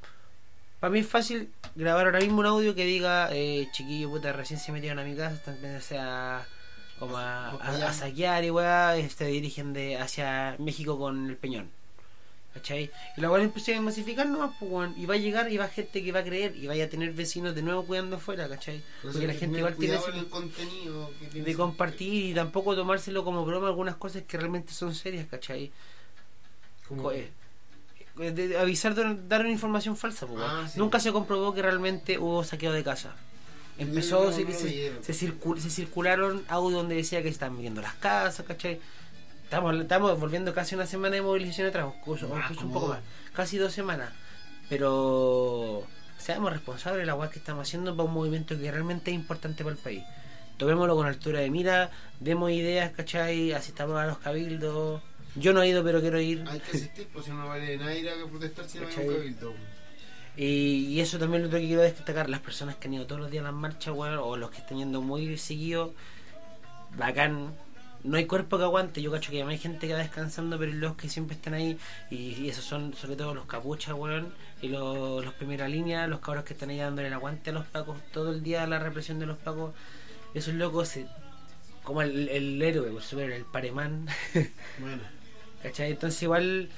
[SPEAKER 2] para mí es fácil grabar ahora mismo un audio que diga, eh, chiquillo, puta, recién se metieron a mi casa, están pendientes a, como a, a- a saquear y weá, eh, se dirigen de, hacia México con el peñón. ¿Cachai? Y la weá empieza a masificar nomás, pues, weón, y va a llegar y va gente que va a creer y vaya a tener vecinos de nuevo cuidando afuera, ¿cachai? Porque la gente igual tiene
[SPEAKER 1] Cuidado
[SPEAKER 2] ese-
[SPEAKER 1] en el contenido que tiene
[SPEAKER 2] de
[SPEAKER 1] ese-
[SPEAKER 2] compartir y tampoco tomárselo como broma algunas cosas que realmente son serias, ¿cachai?
[SPEAKER 1] Como-
[SPEAKER 2] Co- eh, eh, de- de avisar, de- dar una información falsa, po, weón.
[SPEAKER 1] Ah, sí.
[SPEAKER 2] Nunca se comprobó que realmente hubo saqueo de casa. Empezó,
[SPEAKER 1] No,
[SPEAKER 2] se,
[SPEAKER 1] no lo
[SPEAKER 2] se-
[SPEAKER 1] vieron.
[SPEAKER 2] se circu- se circularon audios donde decía que estaban viendo las casas, ¿cachai? Estamos, estamos volviendo casi una semana de movilización atrás, o incluso, o
[SPEAKER 1] Más,
[SPEAKER 2] incluso un
[SPEAKER 1] como
[SPEAKER 2] poco
[SPEAKER 1] dos.
[SPEAKER 2] más, casi dos semanas. Pero seamos responsables de la weá que estamos haciendo para un movimiento que realmente es importante para el país. Tomémoslo con altura de mira, demos ideas, ¿cachai? Asistamos a los cabildos. Yo no he ido, pero quiero ir.
[SPEAKER 1] Hay que asistir, pues si no vale de nada ir a protestar si no hay un
[SPEAKER 2] ¿Cachai?
[SPEAKER 1] cabildo.
[SPEAKER 2] Y, y eso también lo otro que quiero destacar, las personas que han ido todos los días a las marchas, weón, o los que están yendo muy seguido, bacán. No hay cuerpo que aguante, yo cacho que hay gente que va descansando, pero los que siempre están ahí, y, y esos son sobre todo los capuchas, weón, y los, los primera línea, los cabros que están ahí dándole el aguante a los pacos todo el día, la represión de los pacos, esos locos, se- como el, el héroe, por supuesto, el paremán,
[SPEAKER 1] Bueno,
[SPEAKER 2] ¿Cachai? Entonces igual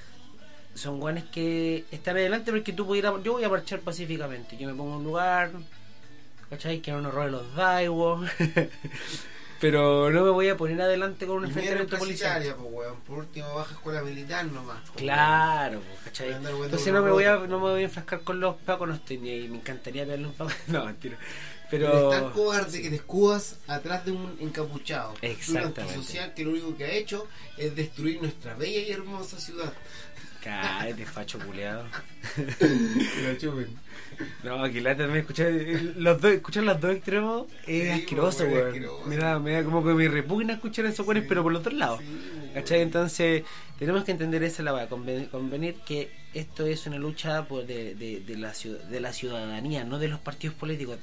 [SPEAKER 2] son guanes que están adelante porque tú pudieras... Yo voy a marchar pacíficamente. Yo me pongo en un lugar, ¿cachai? Que no nos roben los daivos. Pero no me voy a poner adelante con un
[SPEAKER 1] y mira en
[SPEAKER 2] enfrentamiento policial.
[SPEAKER 1] pues weón. Por último, baja escuela militar nomás. pues,
[SPEAKER 2] Claro, pues, ¿cachai?
[SPEAKER 1] Voy a andar jugando
[SPEAKER 2] Entonces
[SPEAKER 1] con
[SPEAKER 2] no
[SPEAKER 1] los
[SPEAKER 2] me voy a,
[SPEAKER 1] rotos.
[SPEAKER 2] no me voy a enfrascar con los pacos, no estoy ni ahí. Me encantaría pegarle un paco. No, mentira.
[SPEAKER 1] Eres tan
[SPEAKER 2] Pero...
[SPEAKER 1] cobarde que te escudas atrás de un encapuchado.
[SPEAKER 2] Exactamente.
[SPEAKER 1] Un antisocial que lo único que ha hecho es destruir nuestra bella y hermosa ciudad.
[SPEAKER 2] Cállate, facho culeado.
[SPEAKER 1] Que la chupen.
[SPEAKER 2] No, aquí la también escuchar los dos, escuchar los dos extremos es
[SPEAKER 1] Sí,
[SPEAKER 2] asqueroso,
[SPEAKER 1] pues, weón,
[SPEAKER 2] weón.
[SPEAKER 1] asqueroso.
[SPEAKER 2] Me da, me da como que me repugna escuchar esos weones, pero por el otro lado.
[SPEAKER 1] Sí,
[SPEAKER 2] ¿Cachai? Entonces, tenemos que entender esa la va convenir que esto es una lucha por- de, de, de la, ciu- de la ciudadanía, no de los partidos políticos.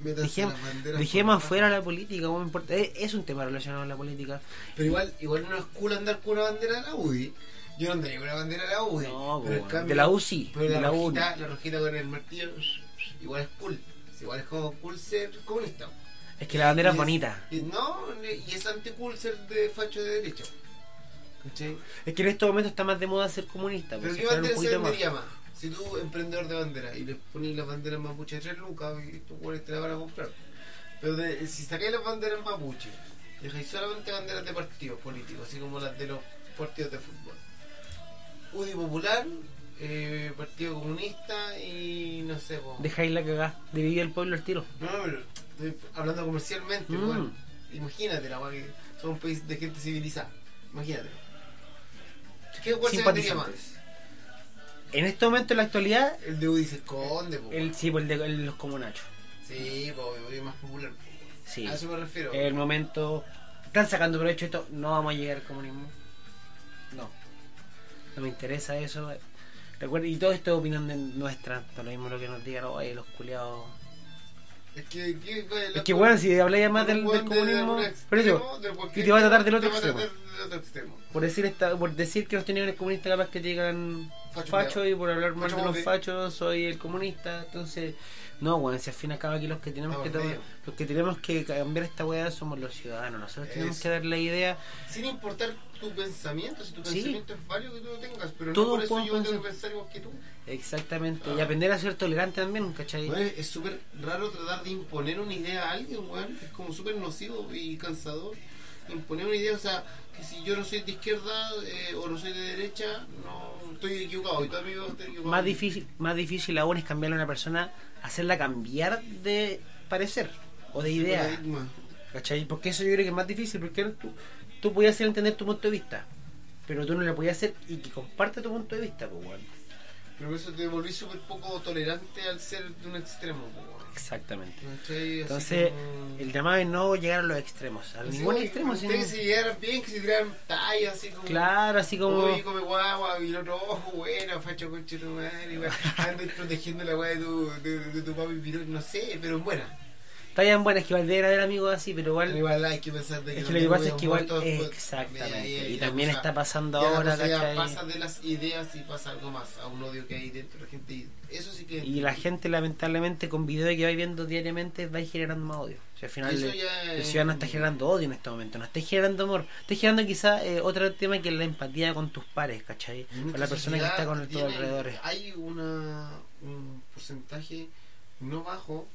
[SPEAKER 1] Métanse
[SPEAKER 2] Dejemos,
[SPEAKER 1] las banderas
[SPEAKER 2] dejemos
[SPEAKER 1] por
[SPEAKER 2] afuera la política, no me importa. Es, es un tema relacionado a la política.
[SPEAKER 1] Pero igual, igual no es cool andar con una bandera de la UDI. Yo no andaría con una bandera de la UDI.
[SPEAKER 2] No,
[SPEAKER 1] pero
[SPEAKER 2] weón.
[SPEAKER 1] en cambio,
[SPEAKER 2] De la U sí,
[SPEAKER 1] Pero
[SPEAKER 2] de
[SPEAKER 1] la,
[SPEAKER 2] la U
[SPEAKER 1] rojita, la rojita con el martillo, igual es cool. Igual es como cool ser comunista.
[SPEAKER 2] Es que la bandera
[SPEAKER 1] Y
[SPEAKER 2] es bonita.
[SPEAKER 1] y no, y es anti-cool ser de facho de derecha. ¿Cachai?
[SPEAKER 2] Es que en estos momentos está más de moda ser comunista.
[SPEAKER 1] Pero
[SPEAKER 2] pues,
[SPEAKER 1] ¿qué
[SPEAKER 2] se fueron un
[SPEAKER 1] bandera se
[SPEAKER 2] poquito más.
[SPEAKER 1] vendería más? Si tú, emprendedor de bandera, y le pones las banderas mapuche de 3 lucas, y tú te la van a comprar. Pero de- si sacáis las banderas mapuche, dejáis solamente banderas de partidos políticos, así como las de los partidos de fútbol. UDI Popular, eh, Partido Comunista y no sé, po.
[SPEAKER 2] Dejáis la cagada, dividí el pueblo al tiro.
[SPEAKER 1] No, pero estoy hablando comercialmente,
[SPEAKER 2] Mm.
[SPEAKER 1] weón. Imagínate la weá que somos un país de gente civilizada. Imagínate. ¿Qué weá se vendería más?
[SPEAKER 2] Simpatizantes. En este momento, en la actualidad,
[SPEAKER 1] El de UDI se esconde, po.
[SPEAKER 2] el, sí, pues, el de el- los comunachos.
[SPEAKER 1] Sí, pues es más popular.
[SPEAKER 2] Sí. Eh,
[SPEAKER 1] A eso me refiero.
[SPEAKER 2] El momento. Están sacando provecho de esto. No vamos a llegar al comunismo. No. No me interesa eso. Recuerda, y todo esto es opinión de nuestra. no es lo mismo lo que nos digan, oye, los culiados
[SPEAKER 1] Es que, ¿qué fue el
[SPEAKER 2] Es que,
[SPEAKER 1] otro?
[SPEAKER 2] bueno, si habláis más del,
[SPEAKER 1] Un
[SPEAKER 2] del
[SPEAKER 1] weón de- de
[SPEAKER 2] comunismo,
[SPEAKER 1] un
[SPEAKER 2] por
[SPEAKER 1] extremo,
[SPEAKER 2] eso,
[SPEAKER 1] del
[SPEAKER 2] y te va a tratar del otro
[SPEAKER 1] te va a
[SPEAKER 2] extremo.
[SPEAKER 1] tratar del otro extremo.
[SPEAKER 2] Por decir, esta, por decir que los tenedores comunistas capaz que llegan
[SPEAKER 1] Facho
[SPEAKER 2] fachos y por hablar mal
[SPEAKER 1] Facho
[SPEAKER 2] de los
[SPEAKER 1] borde.
[SPEAKER 2] fachos soy el comunista, entonces no weón, si al fin y al cabo aquí los que tenemos
[SPEAKER 1] Estamos
[SPEAKER 2] que tomar-
[SPEAKER 1] perdidos.
[SPEAKER 2] los que tenemos que cambiar esta weá somos los ciudadanos, nosotros tenemos
[SPEAKER 1] Eso.
[SPEAKER 2] que dar la idea,
[SPEAKER 1] Sin importar tu pensamiento, si tu
[SPEAKER 2] Sí.
[SPEAKER 1] pensamiento es válido que tú lo tengas, pero
[SPEAKER 2] Todos
[SPEAKER 1] no por eso
[SPEAKER 2] pueden
[SPEAKER 1] yo tengo que pensar igual que tú.
[SPEAKER 2] exactamente,
[SPEAKER 1] Ah.
[SPEAKER 2] y aprender a ser tolerante también, ¿cachai?
[SPEAKER 1] Weón, es súper raro tratar de imponer una idea a alguien, weón. Es como súper nocivo y cansador. Imponer una idea, o sea, que si yo no soy de izquierda eh, o no soy de derecha, no estoy equivocado y todo amigo está equivocado.
[SPEAKER 2] Más difícil, más difícil aún es cambiarle a una persona, hacerla cambiar de parecer o de idea.
[SPEAKER 1] Paradigma.
[SPEAKER 2] ¿Cachai? Porque eso yo creo que es más difícil, porque tú, tú podías hacer entender tu punto de vista, pero tú no le podías hacer y que comparte tu punto de vista, pues, weón.
[SPEAKER 1] Pero por eso te volví súper poco tolerante al ser de un extremo, weón.
[SPEAKER 2] Exactamente.
[SPEAKER 1] ¿Cachai? Así
[SPEAKER 2] Entonces,
[SPEAKER 1] como-
[SPEAKER 2] el llamado es no llegar a los extremos, a
[SPEAKER 1] Así
[SPEAKER 2] ningún
[SPEAKER 1] como
[SPEAKER 2] extremo,
[SPEAKER 1] que
[SPEAKER 2] sino.
[SPEAKER 1] ustedes se llegaran bien, que se tiraran tallas así como.
[SPEAKER 2] Claro, así como.
[SPEAKER 1] Uy, come guagua, y el otro "Oh, ojo, bueno, facho conche tu madre, weón. Andas protegiendo la weá de tu, de, de tu papi pirón, no sé, pero es buena.
[SPEAKER 2] Tallan buenas, que Valdera era amigo así, pero
[SPEAKER 1] Pero
[SPEAKER 2] igual.
[SPEAKER 1] igual hay que pensar de
[SPEAKER 2] Es
[SPEAKER 1] los
[SPEAKER 2] que lo que pasa es
[SPEAKER 1] niños
[SPEAKER 2] que igual.
[SPEAKER 1] muertos, pues,
[SPEAKER 2] Exactamente.
[SPEAKER 1] eh,
[SPEAKER 2] Y
[SPEAKER 1] la
[SPEAKER 2] también
[SPEAKER 1] cosa-
[SPEAKER 2] está pasando
[SPEAKER 1] ya la
[SPEAKER 2] ahora,
[SPEAKER 1] cosa ya
[SPEAKER 2] ¿cachai?
[SPEAKER 1] pasa de las ideas y pasa algo más, a un odio que hay dentro de la gente. Y eso sí que.
[SPEAKER 2] Y la gente, lamentablemente, con videos que vais viendo diariamente, vais generando más odio. O sea, al final,
[SPEAKER 1] Eso
[SPEAKER 2] el,
[SPEAKER 1] ya
[SPEAKER 2] el
[SPEAKER 1] es-
[SPEAKER 2] ciudadano está generando odio en este momento, no está generando amor. Está generando quizá eh, otro tema que es la empatía con tus pares, ¿cachai?
[SPEAKER 1] En esta
[SPEAKER 2] Con la persona que
[SPEAKER 1] sociedad
[SPEAKER 2] está con el- tus
[SPEAKER 1] tiene-
[SPEAKER 2] alrededores.
[SPEAKER 1] Hay una, un porcentaje no bajo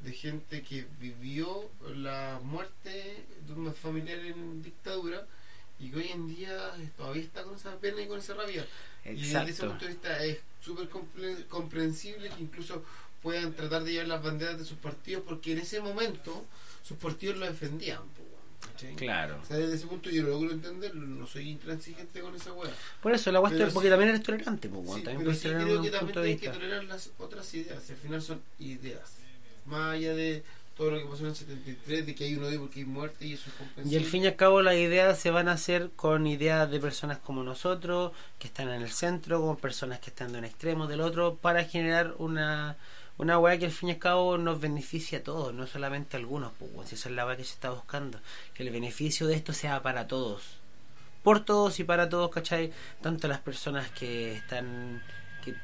[SPEAKER 1] de gente que vivió la muerte de un familiar en dictadura y que hoy en día todavía está con esa pena y con esa rabia. Y desde ese
[SPEAKER 2] Exacto.
[SPEAKER 1] punto de vista es súper compre- comprensible que incluso puedan tratar de llevar las banderas de sus partidos porque en ese momento sus partidos lo defendían. po, weón, ¿cachai?
[SPEAKER 2] Claro.
[SPEAKER 1] O sea, desde ese punto yo logro entenderlo, no soy intransigente con esa hueá.
[SPEAKER 2] Por eso, la cuestión
[SPEAKER 1] Pero
[SPEAKER 2] es porque
[SPEAKER 1] sí-
[SPEAKER 2] también eres tolerante, pues, weón,
[SPEAKER 1] Sí,
[SPEAKER 2] también
[SPEAKER 1] pero
[SPEAKER 2] puedes
[SPEAKER 1] sí
[SPEAKER 2] tener
[SPEAKER 1] creo
[SPEAKER 2] un
[SPEAKER 1] que también
[SPEAKER 2] punto de
[SPEAKER 1] hay que
[SPEAKER 2] vista.
[SPEAKER 1] tolerar las otras ideas. y Al final son ideas. Más allá de todo lo que pasó en el 73, de que hay un odio porque hay muerte y eso es
[SPEAKER 2] Y
[SPEAKER 1] comprensible.
[SPEAKER 2] al fin y al cabo las ideas se van a hacer con ideas de personas como nosotros, que están en el centro, con personas que están de un extremo, del otro, para generar una, una weá que al fin y al cabo nos beneficia a todos, no solamente a algunos, pues, weón, si esa es la weá que se está buscando, que el beneficio de esto sea para todos, por todos y para todos, ¿cachai? Tanto las personas que están, que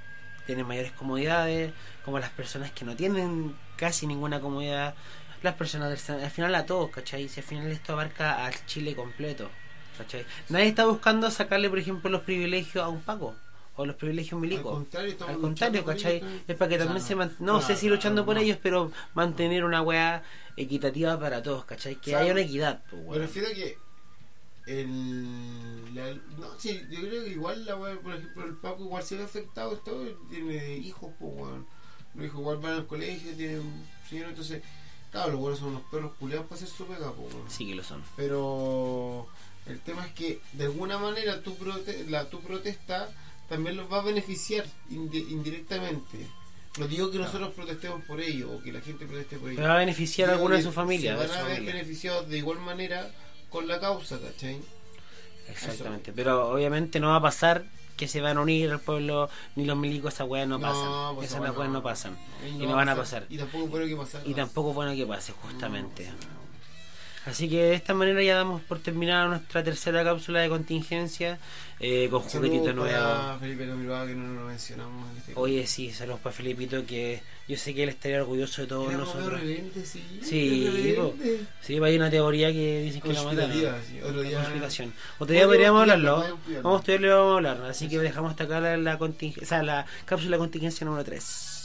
[SPEAKER 2] tienen mayores comodidades, como las personas que no tienen casi ninguna comodidad, las personas del Senado, al final a todos, ¿cachai? Si al final esto abarca al Chile completo, ¿cachai? Nadie está buscando sacarle, por ejemplo, los privilegios a un Paco o los privilegios
[SPEAKER 1] al
[SPEAKER 2] milicos.
[SPEAKER 1] contrario, estamos
[SPEAKER 2] Al contrario,
[SPEAKER 1] luchando por
[SPEAKER 2] ¿cachai?
[SPEAKER 1] ellos,
[SPEAKER 2] Es para que
[SPEAKER 1] o sea,
[SPEAKER 2] también se man- No
[SPEAKER 1] claro,
[SPEAKER 2] sé si luchando
[SPEAKER 1] claro,
[SPEAKER 2] por
[SPEAKER 1] no.
[SPEAKER 2] ellos, pero mantener una weá equitativa para todos, ¿cachai? Que
[SPEAKER 1] O sea,
[SPEAKER 2] haya una equidad, pues,
[SPEAKER 1] Me
[SPEAKER 2] weón.
[SPEAKER 1] refiero a que. El, la- no, sí, yo creo que igual, la wea, por ejemplo, el Paco igual se ve afectado. Todo, tiene hijos, pues, weón. Los hijos igual van al colegio, tiene un señor. Entonces, claro, los buenos son unos perros culiados para hacer su pega, pues, weón.
[SPEAKER 2] Sí que lo son.
[SPEAKER 1] pero el tema es que de alguna manera tu, prote- la, tu protesta también los va a beneficiar indi- indirectamente. No digo que nosotros protestemos por ello o que la gente proteste por ello.
[SPEAKER 2] Pero va a beneficiar a
[SPEAKER 1] Digo
[SPEAKER 2] alguna de
[SPEAKER 1] que
[SPEAKER 2] su familia.
[SPEAKER 1] Se van
[SPEAKER 2] de su
[SPEAKER 1] a ver
[SPEAKER 2] familia.
[SPEAKER 1] beneficiados de igual manera con la causa, ¿cachai?
[SPEAKER 2] Exactamente. Pero obviamente no va a pasar que se van a unir al pueblo, ni los milicos, esas weas no pasan.
[SPEAKER 1] pues,
[SPEAKER 2] esas
[SPEAKER 1] bueno,
[SPEAKER 2] weas no pasan.
[SPEAKER 1] Y
[SPEAKER 2] no
[SPEAKER 1] va
[SPEAKER 2] van a pasar.
[SPEAKER 1] Y tampoco creo que pasar.
[SPEAKER 2] Y
[SPEAKER 1] ¿no?
[SPEAKER 2] tampoco es bueno que pase, justamente.
[SPEAKER 1] No, no.
[SPEAKER 2] Así que de esta manera ya damos por terminada nuestra tercera cápsula de contingencia eh, con juguetito
[SPEAKER 1] Saludos
[SPEAKER 2] nuevo. Oh,
[SPEAKER 1] para Felipe Camiroaga, que no lo mencionamos en este
[SPEAKER 2] Oye, sí, saludos para Felipito, que yo sé que él estaría orgulloso de todos
[SPEAKER 1] Era medio
[SPEAKER 2] nosotros.
[SPEAKER 1] rebelde, sí.
[SPEAKER 2] Sí,
[SPEAKER 1] medio
[SPEAKER 2] po.
[SPEAKER 1] rebelde.
[SPEAKER 2] Sí, hay una teoría que dicen que la
[SPEAKER 1] Conspirativa,
[SPEAKER 2] mataron.
[SPEAKER 1] sí, otro día-
[SPEAKER 2] Conspiración. Otro
[SPEAKER 1] Otro
[SPEAKER 2] día
[SPEAKER 1] día vamos
[SPEAKER 2] podríamos
[SPEAKER 1] a
[SPEAKER 2] hablarlo.
[SPEAKER 1] estudiarlo, vamos a
[SPEAKER 2] Vamos a estudiarlo y vamos a hablar. Así que dejamos hasta acá la, la, conting- o sea, la cápsula de contingencia número 3.